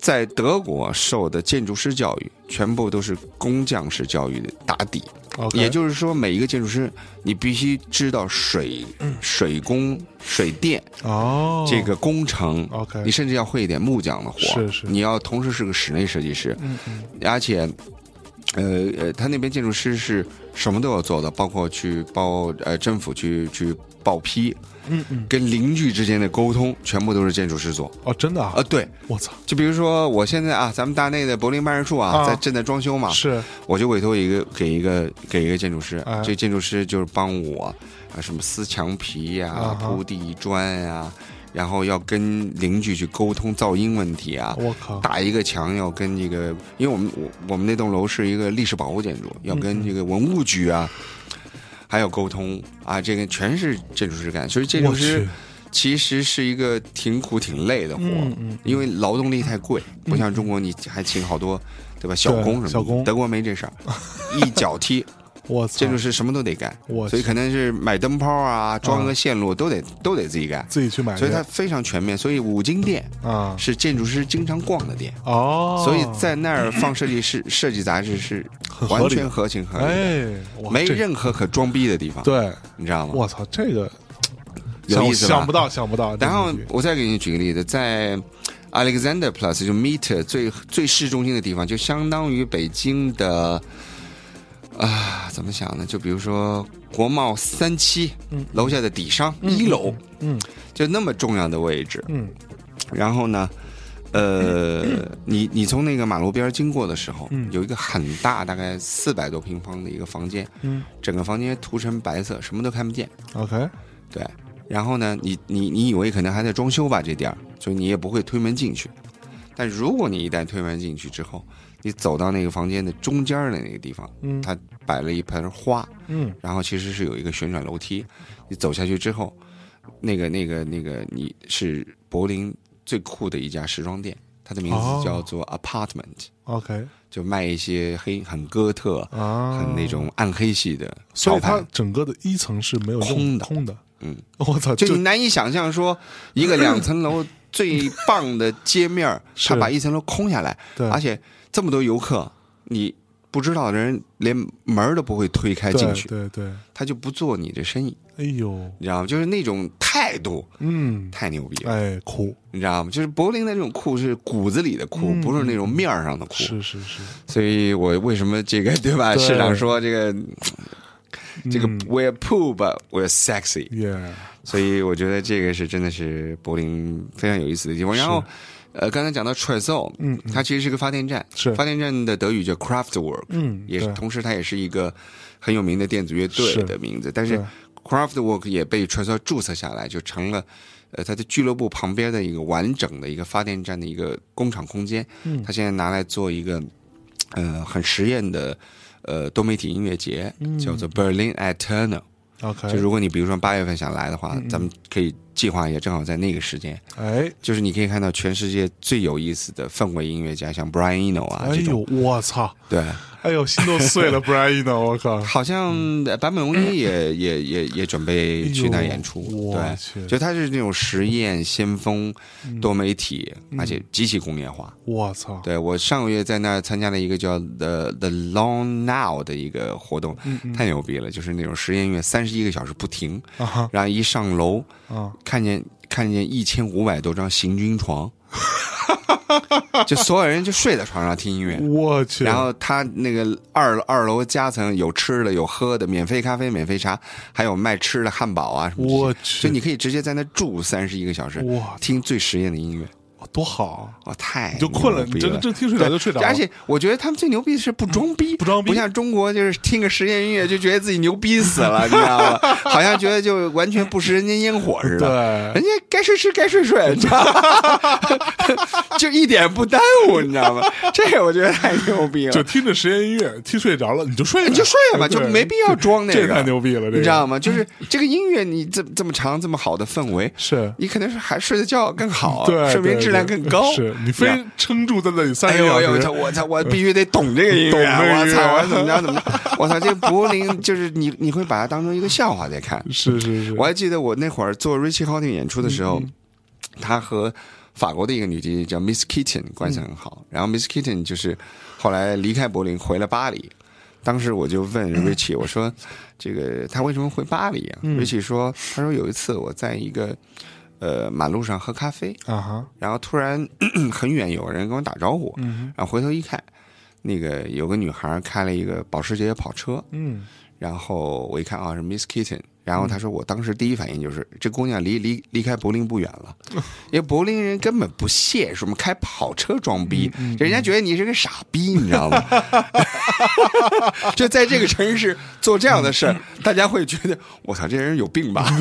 Speaker 2: 在德国受的建筑师教育全部都是工匠式教育的打底，
Speaker 3: OK
Speaker 2: 也就是说每一个建筑师你必须知道水、水工、水电
Speaker 3: 嗯哦，
Speaker 2: 这个工程
Speaker 3: OK
Speaker 2: 你甚至要会一点木匠的活，
Speaker 3: 是是
Speaker 2: 你要同时是个室内设计师，
Speaker 3: 嗯嗯
Speaker 2: 而且，呃呃，他那边建筑师是什么都要做的，包括去报呃政府去去报批，嗯嗯，跟邻居之间的沟通，全部都是建筑师做。
Speaker 3: 哦，真的啊
Speaker 2: 啊，，对，
Speaker 3: 我操，
Speaker 2: 就比如说我现在啊，咱们大内的柏林办事处啊，
Speaker 3: 啊
Speaker 2: 在正在装修嘛，
Speaker 3: 是
Speaker 2: 我就委托一个给一个给一个建筑师
Speaker 3: 哎，
Speaker 2: 这建筑师就是帮我啊，什么撕墙皮呀、
Speaker 3: 啊哈
Speaker 2: 铺地砖呀、然后要跟邻居去沟通噪音问题啊。
Speaker 3: 我靠，
Speaker 2: 打一个墙要跟这个，因为我们我我们那栋楼是一个历史保护建筑，要跟这个文物局啊，还有沟通啊，这个全是建筑师干。所以建筑
Speaker 3: 我
Speaker 2: 师
Speaker 3: 去，
Speaker 2: 其实是一个挺苦挺累的活，
Speaker 3: 嗯嗯
Speaker 2: 因为劳动力太贵，不像中国你还请好多，对吧？小工什么的，
Speaker 3: 小工
Speaker 2: 德国没这事儿，一脚 踢，
Speaker 3: 我操，
Speaker 2: 建筑师什么都得干
Speaker 3: 啊我，去
Speaker 2: 所以可能是买灯泡啊，装个线路都得都得自己干，
Speaker 3: 自己去买去，
Speaker 2: 所以它非常全面。所以五金店
Speaker 3: 啊，
Speaker 2: 是建筑师经常逛的店，
Speaker 3: 哦，
Speaker 2: 所以在那儿放设计师设计杂志是
Speaker 3: 很合理啊
Speaker 2: 完全合情合理的，
Speaker 3: 哎，哇
Speaker 2: 没
Speaker 3: 这
Speaker 2: 任何可装逼的地方，
Speaker 3: 对，
Speaker 2: 你知道吗？
Speaker 3: 我操，这个
Speaker 2: 有
Speaker 3: 想
Speaker 2: 意思吧
Speaker 3: 想不到，想不到。
Speaker 2: 然后
Speaker 3: 真的
Speaker 2: 我再给你举个例子，在 Alexander Plus 就 Meter 最最市中心的地方，就相当于北京的啊，怎么想呢？就比如说国贸三期、楼下的底商、一楼，
Speaker 3: 嗯，
Speaker 2: 就那么重要的位置。
Speaker 3: 嗯
Speaker 2: 然后呢， 呃，你你从那个马路边儿经过的时候，
Speaker 3: 嗯
Speaker 2: 有一个很大，大概四百多平方的一个房间，
Speaker 3: 嗯
Speaker 2: 整个房间涂成白色，什么都看不见。
Speaker 3: ，OK，
Speaker 2: 对，然后呢，你你你以为可能还在装修吧这店儿，所以你也不会推门进去。但如果你一旦推门进去之后，你走到那个房间的中间儿的那个地方，
Speaker 3: 嗯
Speaker 2: 它摆了一盆花，
Speaker 3: 嗯，
Speaker 2: 然后其实是有一个旋转楼梯，你走下去之后，那个那个那个你是柏林最酷的一家时装店，它的名
Speaker 3: 哦
Speaker 2: 字叫做 Apartment，、
Speaker 3: OK
Speaker 2: 就卖一些黑很哥特、
Speaker 3: 啊，
Speaker 2: 很那，种暗黑系的
Speaker 3: 所
Speaker 2: 潮
Speaker 3: 以
Speaker 2: 牌
Speaker 3: 它整个的一层是没有用
Speaker 2: 空的
Speaker 3: 空的。
Speaker 2: 嗯，
Speaker 3: 我操，
Speaker 2: 就
Speaker 3: 就
Speaker 2: 你难以想象说一个两层 楼最棒的街面儿，
Speaker 3: 是
Speaker 2: 他把一层楼空下来，
Speaker 3: 对
Speaker 2: 而且这么多游客，你不知道的人连门儿都不会推开进
Speaker 3: 对
Speaker 2: 去，
Speaker 3: 对对，
Speaker 2: 他就不做你这生意，
Speaker 3: 哎呦，
Speaker 2: 你知道吗？就是那种态度
Speaker 3: 嗯，
Speaker 2: 太牛逼了，
Speaker 3: 哎，酷，
Speaker 2: 你知道吗？就是柏林的那种酷是骨子里的酷，
Speaker 3: 嗯
Speaker 2: 不是那种面儿上的酷。
Speaker 3: 是是是，
Speaker 2: 所以我为什么这个对吧？
Speaker 3: 对
Speaker 2: 市长说这个这个
Speaker 3: 嗯
Speaker 2: we're poor but we're sexy，
Speaker 3: 耶，
Speaker 2: 所以我觉得这个是真的是柏林非常有意思的地方。然后，呃，刚才讲到 t r e s o
Speaker 3: 嗯嗯
Speaker 2: 它其实是个发电站，
Speaker 3: 是
Speaker 2: 发电站的德语叫 Kraftwerk，
Speaker 3: 嗯
Speaker 2: 也是
Speaker 3: 对
Speaker 2: 同时它也是一个很有名的电子乐队
Speaker 3: 是
Speaker 2: 的名字，但是
Speaker 3: 对
Speaker 2: Kraftwerk 也被 t r e s o 注册下来，就成了。呃，它的俱乐部旁边的一个完整的一个发电站的一个工厂空间，
Speaker 3: 嗯
Speaker 2: 它现在拿来做一个，呃，很实验的，呃，多媒体音乐节，
Speaker 3: 嗯
Speaker 2: 叫做 Berlin at Turner。
Speaker 3: ，OK，
Speaker 2: 就如果你比如说八月份想来的话，
Speaker 3: 嗯
Speaker 2: 咱们可以计划一下，正好在那个时间，
Speaker 3: 哎，
Speaker 2: 就是你可以看到全世界最有意思的氛围音乐家，像 Brian Eno 啊
Speaker 3: 哎
Speaker 2: 这
Speaker 3: 呦
Speaker 2: 种，，
Speaker 3: 我操，
Speaker 2: 对，
Speaker 3: 哎呦，心都 碎了，Brian 呢，我靠，
Speaker 2: 好像呃坂本龙 一也也也也准备去那
Speaker 3: 哎
Speaker 2: 儿
Speaker 3: 呦
Speaker 2: 演出，
Speaker 3: 我去
Speaker 2: 对，就他是那种实验先锋、
Speaker 3: 嗯
Speaker 2: 多媒体，而且极其工业化。
Speaker 3: 我操，
Speaker 2: 对我上个月在那儿参加了一个叫 The The Long Now 的一个活动，
Speaker 3: 嗯
Speaker 2: 太牛逼了，就是那种实验音乐，三十一个小时不停，
Speaker 3: 啊哈
Speaker 2: 然后一上楼。
Speaker 3: 啊，
Speaker 2: 看见看见一千五百多张行军床，就所有人就睡在床上听音乐。
Speaker 3: 我去，
Speaker 2: 然后他那个二二楼夹层有吃的有喝的，免费咖啡、免费茶，还有卖吃的汉堡啊什么这些。
Speaker 3: 我去
Speaker 2: 就你可以直接在那住三十一个小时
Speaker 3: 哇，
Speaker 2: 听最实验的音乐。
Speaker 3: 多好，啊
Speaker 2: 哦，太
Speaker 3: 你就困了
Speaker 2: 牛逼
Speaker 3: 你真的真听睡着
Speaker 2: 对
Speaker 3: 就睡着了嗯
Speaker 2: 而且我觉得他们最牛逼的是不装逼，
Speaker 3: 不装逼
Speaker 2: 不像中国就是听个实验音乐就觉得自己牛逼死了，你知道吗？好像觉得就完全不食人间烟火似的。
Speaker 3: 对
Speaker 2: 人家该睡吃该睡睡，你知道吗？ 就一点不耽误，你知道吗？这个我觉得太牛逼了。
Speaker 3: 就听着实验音乐，听睡着了你就睡呗，
Speaker 2: 你就睡吧，就
Speaker 3: 对
Speaker 2: 没必要装那个。
Speaker 3: 这太牛逼了这个
Speaker 2: 你知道吗？就是这个音乐，你这这么长、这么好的氛围，
Speaker 3: 是
Speaker 2: 你可能是还睡得觉更好，
Speaker 3: 对，
Speaker 2: 哦睡眠质量更高。
Speaker 3: 是你非
Speaker 2: 知道
Speaker 3: 撑住在那里三
Speaker 2: 哎
Speaker 3: 十
Speaker 2: 呦
Speaker 3: 秒
Speaker 2: 哎呦，我
Speaker 3: 时
Speaker 2: 操！，我操！我必须得懂这个音
Speaker 3: 懂
Speaker 2: 乐
Speaker 3: 这
Speaker 2: 啊，
Speaker 3: 个音
Speaker 2: 我
Speaker 3: 乐
Speaker 2: 操！我怎么着怎么着？我操！这柏林就是你，你会把它当成一个笑话在看。
Speaker 3: 是是是，
Speaker 2: 我还记得我那会儿做 Richie Hawtin 演出的时
Speaker 3: 嗯
Speaker 2: 候，他和法国的一个女 DJ 叫 Miss Kitten 关
Speaker 3: 嗯
Speaker 2: 系很好。然后 Miss Kitten 就是后来离开柏林回了巴黎。当时我就问
Speaker 3: 嗯
Speaker 2: Richie，我说：“这个他为什么回巴黎啊、r i c h i e 说：“他说有一次我在一个呃马路上喝咖啡，
Speaker 3: 啊哈，
Speaker 2: 然后突然 很远有个人跟我打招呼，
Speaker 3: 嗯
Speaker 2: 然后回头一看，那个有个女孩开了一个保时捷跑车，
Speaker 3: 嗯
Speaker 2: 然后我一看啊是 Miss Kitten，然后他说我当时第一反应就是这姑娘离离离开柏林不远 了，因为柏林人根本不屑什么开跑车装逼，
Speaker 3: 嗯
Speaker 2: 人家觉得你是个傻逼，你知道吗？ 就在这个城市做这样的事儿，
Speaker 3: 嗯
Speaker 2: 大家会觉得我操这人有病吧？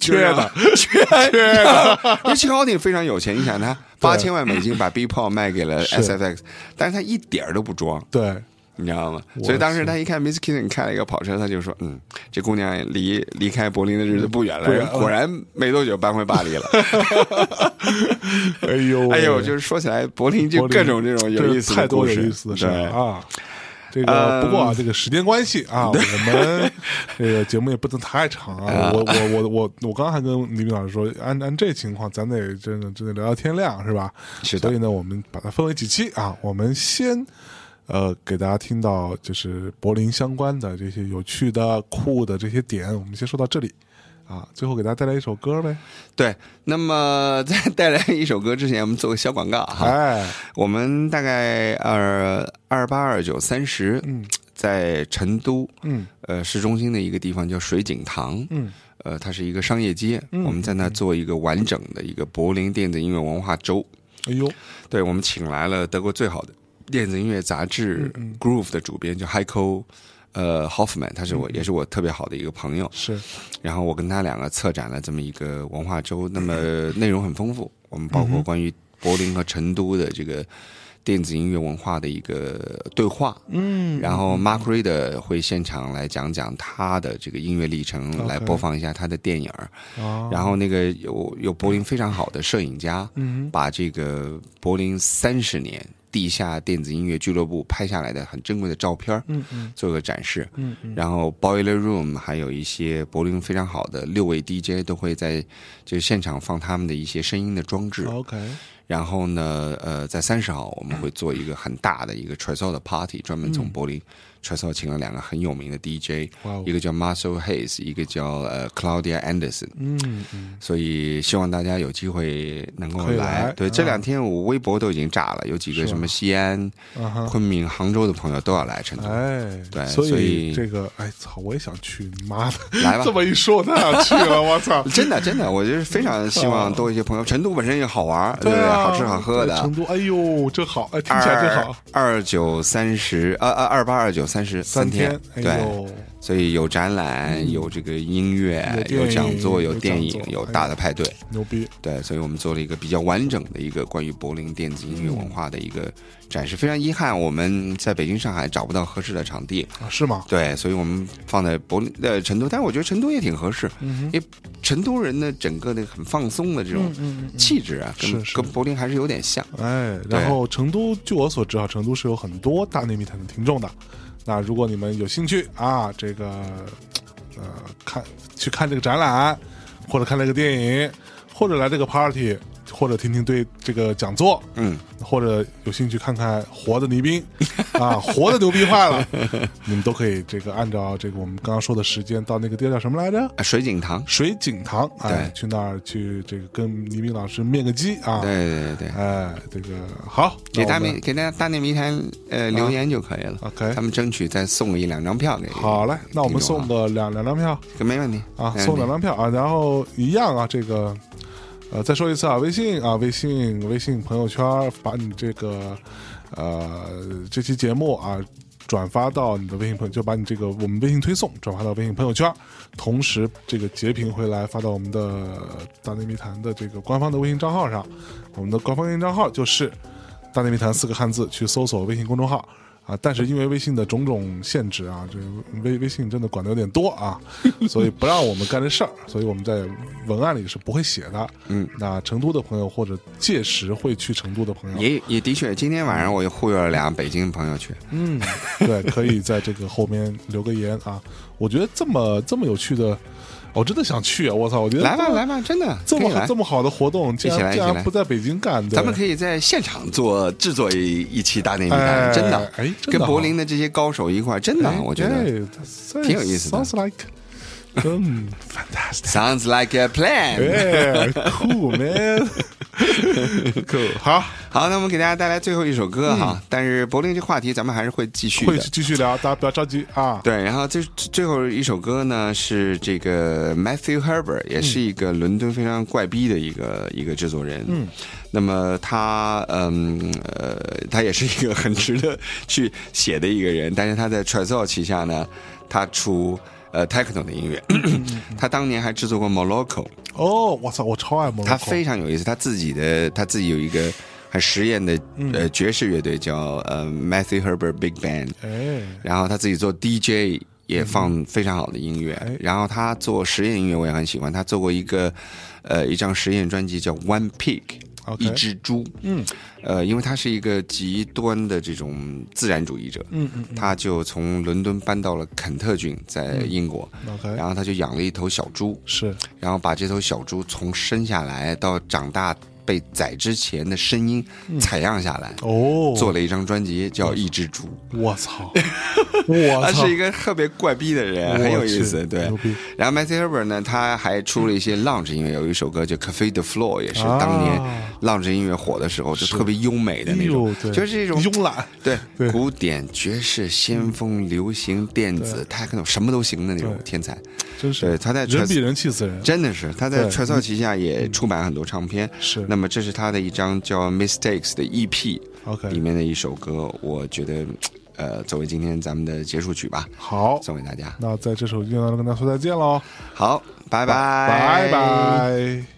Speaker 3: 缺的
Speaker 2: 缺的，因为秦奥鼎非常有钱，你想他八千万美金 把 B p o 卖给了
Speaker 3: 是
Speaker 2: SFX，但是他一点儿都不装。
Speaker 3: 对，
Speaker 2: 你知道吗？
Speaker 3: 我
Speaker 2: 所以当时他一看 Miss Kitten 开了一个跑车，他就说：“嗯，这姑娘离离开柏林的日子不远了。
Speaker 3: 不远了
Speaker 2: 果然没多久搬回巴黎 了。
Speaker 3: 哎呦，
Speaker 2: 哎呦，就是说起来柏林 就
Speaker 3: 柏林
Speaker 2: 各种这种有意思的
Speaker 3: 太多
Speaker 2: 故
Speaker 3: 有
Speaker 2: 事
Speaker 3: 意思的事
Speaker 2: 对嗯
Speaker 3: 儿啊。这个不过啊，这个时间关系 啊，我们这个节目也不能太长啊。我我我我我刚刚还跟李斌老师说，按按这情况，咱得真的真的聊到天亮是吧？
Speaker 2: 是的
Speaker 3: 所以呢，我们把它分为几期啊，我们先。呃，给大家听到就是柏林相关的这些有趣的、酷的这些点，我们先说到这里啊。最后给大家带来一首歌呗，
Speaker 2: 对。那么在带来一首歌之前，我们做个小广告哈。
Speaker 3: 哎，
Speaker 2: 我们大概二二八二九三十，
Speaker 3: 嗯
Speaker 2: 在成都
Speaker 3: 嗯
Speaker 2: 呃市中心的一个地方叫水井堂，
Speaker 3: 嗯，
Speaker 2: 呃，它是一个商业街，
Speaker 3: 嗯
Speaker 2: 我们在那做一个完整的一个柏林电子音乐文化周。
Speaker 3: 哎呦，
Speaker 2: 对，我们请来了德国最好的电子音乐杂志
Speaker 3: 嗯嗯
Speaker 2: Groove 的主编，叫 Heiko，呃，Hoffman，他是我也是我特别好的一个朋友。
Speaker 3: 是
Speaker 2: 然后我跟他两个策展了这么一个文化周，那么
Speaker 3: 嗯
Speaker 2: 内容很丰富，我们包括关于柏林和成都的这个电子音乐文化的一个对话。
Speaker 3: 嗯
Speaker 2: 然后 Mark r i d e r 会现场来讲讲他的这个音乐历程，来
Speaker 3: OK
Speaker 2: 播放一下他的电影儿。
Speaker 3: 啊，
Speaker 2: 然后那个有有柏林非常好的摄影家，
Speaker 3: 嗯
Speaker 2: 把这个柏林三十年地下电子音乐俱乐部拍下来的很珍贵的照片儿
Speaker 3: 嗯嗯
Speaker 2: 做个展示。
Speaker 3: 嗯嗯，
Speaker 2: 然后 Boiler Room 还有一些柏林非常好的六位 DJ 都会在就是现场放他们的一些声音的装置。
Speaker 3: OK，
Speaker 2: 然后呢，呃，在三十号我们会做一个很大的一个 t r e s o 的 party，专门从柏林 t r e s o 请了两个很有名的 DJ，
Speaker 3: 嗯哇哦
Speaker 2: 一个叫 Marcel Hayes，一个叫呃 Claudia Anderson。
Speaker 3: 嗯嗯，
Speaker 2: 所以希望大家有机会能够
Speaker 3: 可以来
Speaker 2: 对，
Speaker 3: 嗯
Speaker 2: 这两天我微博都已经炸了，有几
Speaker 3: 是
Speaker 2: 个
Speaker 3: 吧
Speaker 2: 什么西安、
Speaker 3: 啊哈，
Speaker 2: 昆明、杭州的朋友都要来成都，
Speaker 3: 哎，
Speaker 2: 对
Speaker 3: 所
Speaker 2: 所以
Speaker 3: 这个，哎操，我也想去，你妈的，
Speaker 2: 来吧，
Speaker 3: 这。么一说，我太想去了，我操
Speaker 2: 真的，真的，我就是非常希望多一些朋友。成都本身也好玩，对
Speaker 3: 哦对
Speaker 2: 不对？
Speaker 3: 啊，
Speaker 2: 好吃好喝
Speaker 3: 对
Speaker 2: 的
Speaker 3: 成。都，哎呦，真好，哎，听起来真好，
Speaker 2: 二九三十，呃呃，二八二九三十
Speaker 3: 三
Speaker 2: 天，
Speaker 3: 哎
Speaker 2: 对，
Speaker 3: 呦，嗯
Speaker 2: 所有有展览，有这个音乐
Speaker 3: 有，电
Speaker 2: 有讲
Speaker 3: 影
Speaker 2: 座，
Speaker 3: 有
Speaker 2: 有电
Speaker 3: 讲
Speaker 2: 影
Speaker 3: 座，
Speaker 2: 有
Speaker 3: 哎
Speaker 2: 大
Speaker 3: 呦
Speaker 2: 的派对，
Speaker 3: 牛逼，
Speaker 2: 对，所以我们做了一个比较完整的一个关于柏林电子音乐文化的一个展示。非常遗憾，我们在北京、上海找不到合适的场地。
Speaker 3: 啊，是吗？
Speaker 2: 对，所以我们放在柏林呃成都，但是我觉得成都也挺合适，
Speaker 3: 嗯
Speaker 2: 因为成都人的整个的很放松的这种气质啊，跟
Speaker 3: 嗯是是
Speaker 2: 跟柏林还是有点像。
Speaker 3: 哎，
Speaker 2: 对
Speaker 3: 然后成都，据我所知啊，成都是有很多大内密探的听众的。那如果你们有兴趣啊，这个呃，看去看这个展览，或者看这个电影，或者来这个 party，或者听听对这个讲座，
Speaker 2: 嗯，
Speaker 3: 或者有兴趣看看活的倪斌 啊，活的牛逼坏了，你们都可以这个按照这个我们刚刚说的时间到那个地儿叫什么来着？
Speaker 2: 啊水井堂，
Speaker 3: 水井堂，哎
Speaker 2: 对，
Speaker 3: 去那儿去这个跟倪斌老师面个基啊，
Speaker 2: 对对对对，
Speaker 3: 哎，这个好，
Speaker 2: 给大
Speaker 3: 明
Speaker 2: 明给大家大内密谈呃留言就可以了。
Speaker 3: 啊 OK
Speaker 2: 他们争取再送一两张票给。哎
Speaker 3: 好嘞，那我们
Speaker 2: 听众
Speaker 3: 送
Speaker 2: 啊
Speaker 3: 个两两张票
Speaker 2: 没问题
Speaker 3: 啊，
Speaker 2: 没问
Speaker 3: 送
Speaker 2: 题
Speaker 3: 两张票啊，然后一样啊，这个呃，再说一次啊，微信啊，微信微信朋友圈把你这个呃这期节目啊。转发到你的微信朋友，就把你这个我们微信推送转发到微信朋友圈，同时这个截屏回来发到我们的呃大内密谈的这个官方的微信账号上。我们的官方微信账号就是大内密谈四个汉字去搜索微信公众号啊。但是因为微信的种种限制啊，这微微信真的管的有点多啊，所以不让我们干这事儿，所以我们在文案里是不会写的。
Speaker 2: 嗯，
Speaker 3: 那成都的朋友或者届时会去成都的朋友，
Speaker 2: 也也的确，今天晚上我又忽悠了俩北京朋友去。
Speaker 3: 嗯，对，可以在这个后面留个言啊。 我觉得这么这么有趣的，我真的想去啊！我操，我觉得
Speaker 2: 来吧，
Speaker 3: 这么
Speaker 2: 来吧，真的
Speaker 3: 这
Speaker 2: 可以来
Speaker 3: 么这么好的活动，竟
Speaker 2: 一起
Speaker 3: 然
Speaker 2: 来
Speaker 3: 竟
Speaker 2: 一起
Speaker 3: 然
Speaker 2: 来
Speaker 3: 不在北京干，对
Speaker 2: 咱们可以在现场做制作一一期大内密
Speaker 3: 哎
Speaker 2: 谈，真的，
Speaker 3: 哎真的哎
Speaker 2: 跟
Speaker 3: 哈
Speaker 2: 柏林的这些高手一块儿，真的，我觉得。
Speaker 3: 得
Speaker 2: 挺有意思的
Speaker 3: 哎 Sounds like，嗯，fantastic，
Speaker 2: Sounds
Speaker 3: 哎
Speaker 2: like a plan。
Speaker 3: 哎，cool man，cool，好，
Speaker 2: 好，那我们给大家带来最后一首歌哈，但是柏林这话题咱们还是会继续
Speaker 3: 嗯会
Speaker 2: 的。
Speaker 3: 继续聊，大家不要着急啊。
Speaker 2: 对，然后最最后一首歌呢是这个 Matthew Herbert，也是一个伦敦非常怪逼的一个一个制作人。嗯，那么他嗯呃，他也是一个很值得去写的一个人，但是他在 t r a z o 旗下呢，他出呃 techno 的音乐， 他当年还制作过 Moloko，
Speaker 3: 哦，我操，我超爱摩洛哥，
Speaker 2: 他非常有意思，他自己的他自己有一个很实验的呃爵士乐队叫呃 Matthew Herbert Big Band，
Speaker 3: 哎，
Speaker 2: 然后他自己做 DJ 也放非常好的音乐，然后他做实验音乐我也很喜欢，他做过一个呃一张实验专辑叫 One Pig。
Speaker 3: OK
Speaker 2: 一只猪，嗯，呃，因为他是一个极端的这种自然主义者，嗯嗯，他就从伦敦搬到了肯特郡，在英国，
Speaker 3: OK
Speaker 2: 然后他就养了一头小猪，
Speaker 3: 是
Speaker 2: 然后把这头小猪从生下来到长大被宰之前的声音采样下来，
Speaker 3: 哦，
Speaker 2: 做了一张专辑叫《一只猪》。
Speaker 3: 我 操，我
Speaker 2: 他
Speaker 3: 操
Speaker 2: 是一，个特别怪逼的人，
Speaker 3: 我
Speaker 2: 很有
Speaker 3: 去
Speaker 2: 意思。对
Speaker 3: 牛逼，嗯
Speaker 2: 然后 Matthew Herbert 呢，他还出了一些 lounge 音乐，有一首歌叫《Cafe de Floor》，也是
Speaker 3: 啊
Speaker 2: 当年 lounge 音乐火的时候，就特别优美的那
Speaker 3: 哎呦
Speaker 2: 种，
Speaker 3: 对
Speaker 2: 就是这种
Speaker 3: 慵懒
Speaker 2: 对
Speaker 3: 对
Speaker 2: 古典、爵士、先锋、流行、电子、techno 什么都行的那种
Speaker 3: 嗯对
Speaker 2: 天才。对，
Speaker 3: 真是
Speaker 2: 他在
Speaker 3: 人
Speaker 2: Trans-
Speaker 3: 比人气死人，
Speaker 2: 真的是，他在
Speaker 3: 对嗯
Speaker 2: t r a z o 旗下也出版很多唱片。
Speaker 3: 是
Speaker 2: 那么这是他的一张叫《Mistakes》的 EP
Speaker 3: OK
Speaker 2: 里面的一首歌，我觉得，呃，作为今天咱们的结束曲吧，
Speaker 3: 好。
Speaker 2: 送给大家。
Speaker 3: 那在这首音乐当中跟大家说再见喽，
Speaker 2: 好，拜拜，
Speaker 3: 拜拜。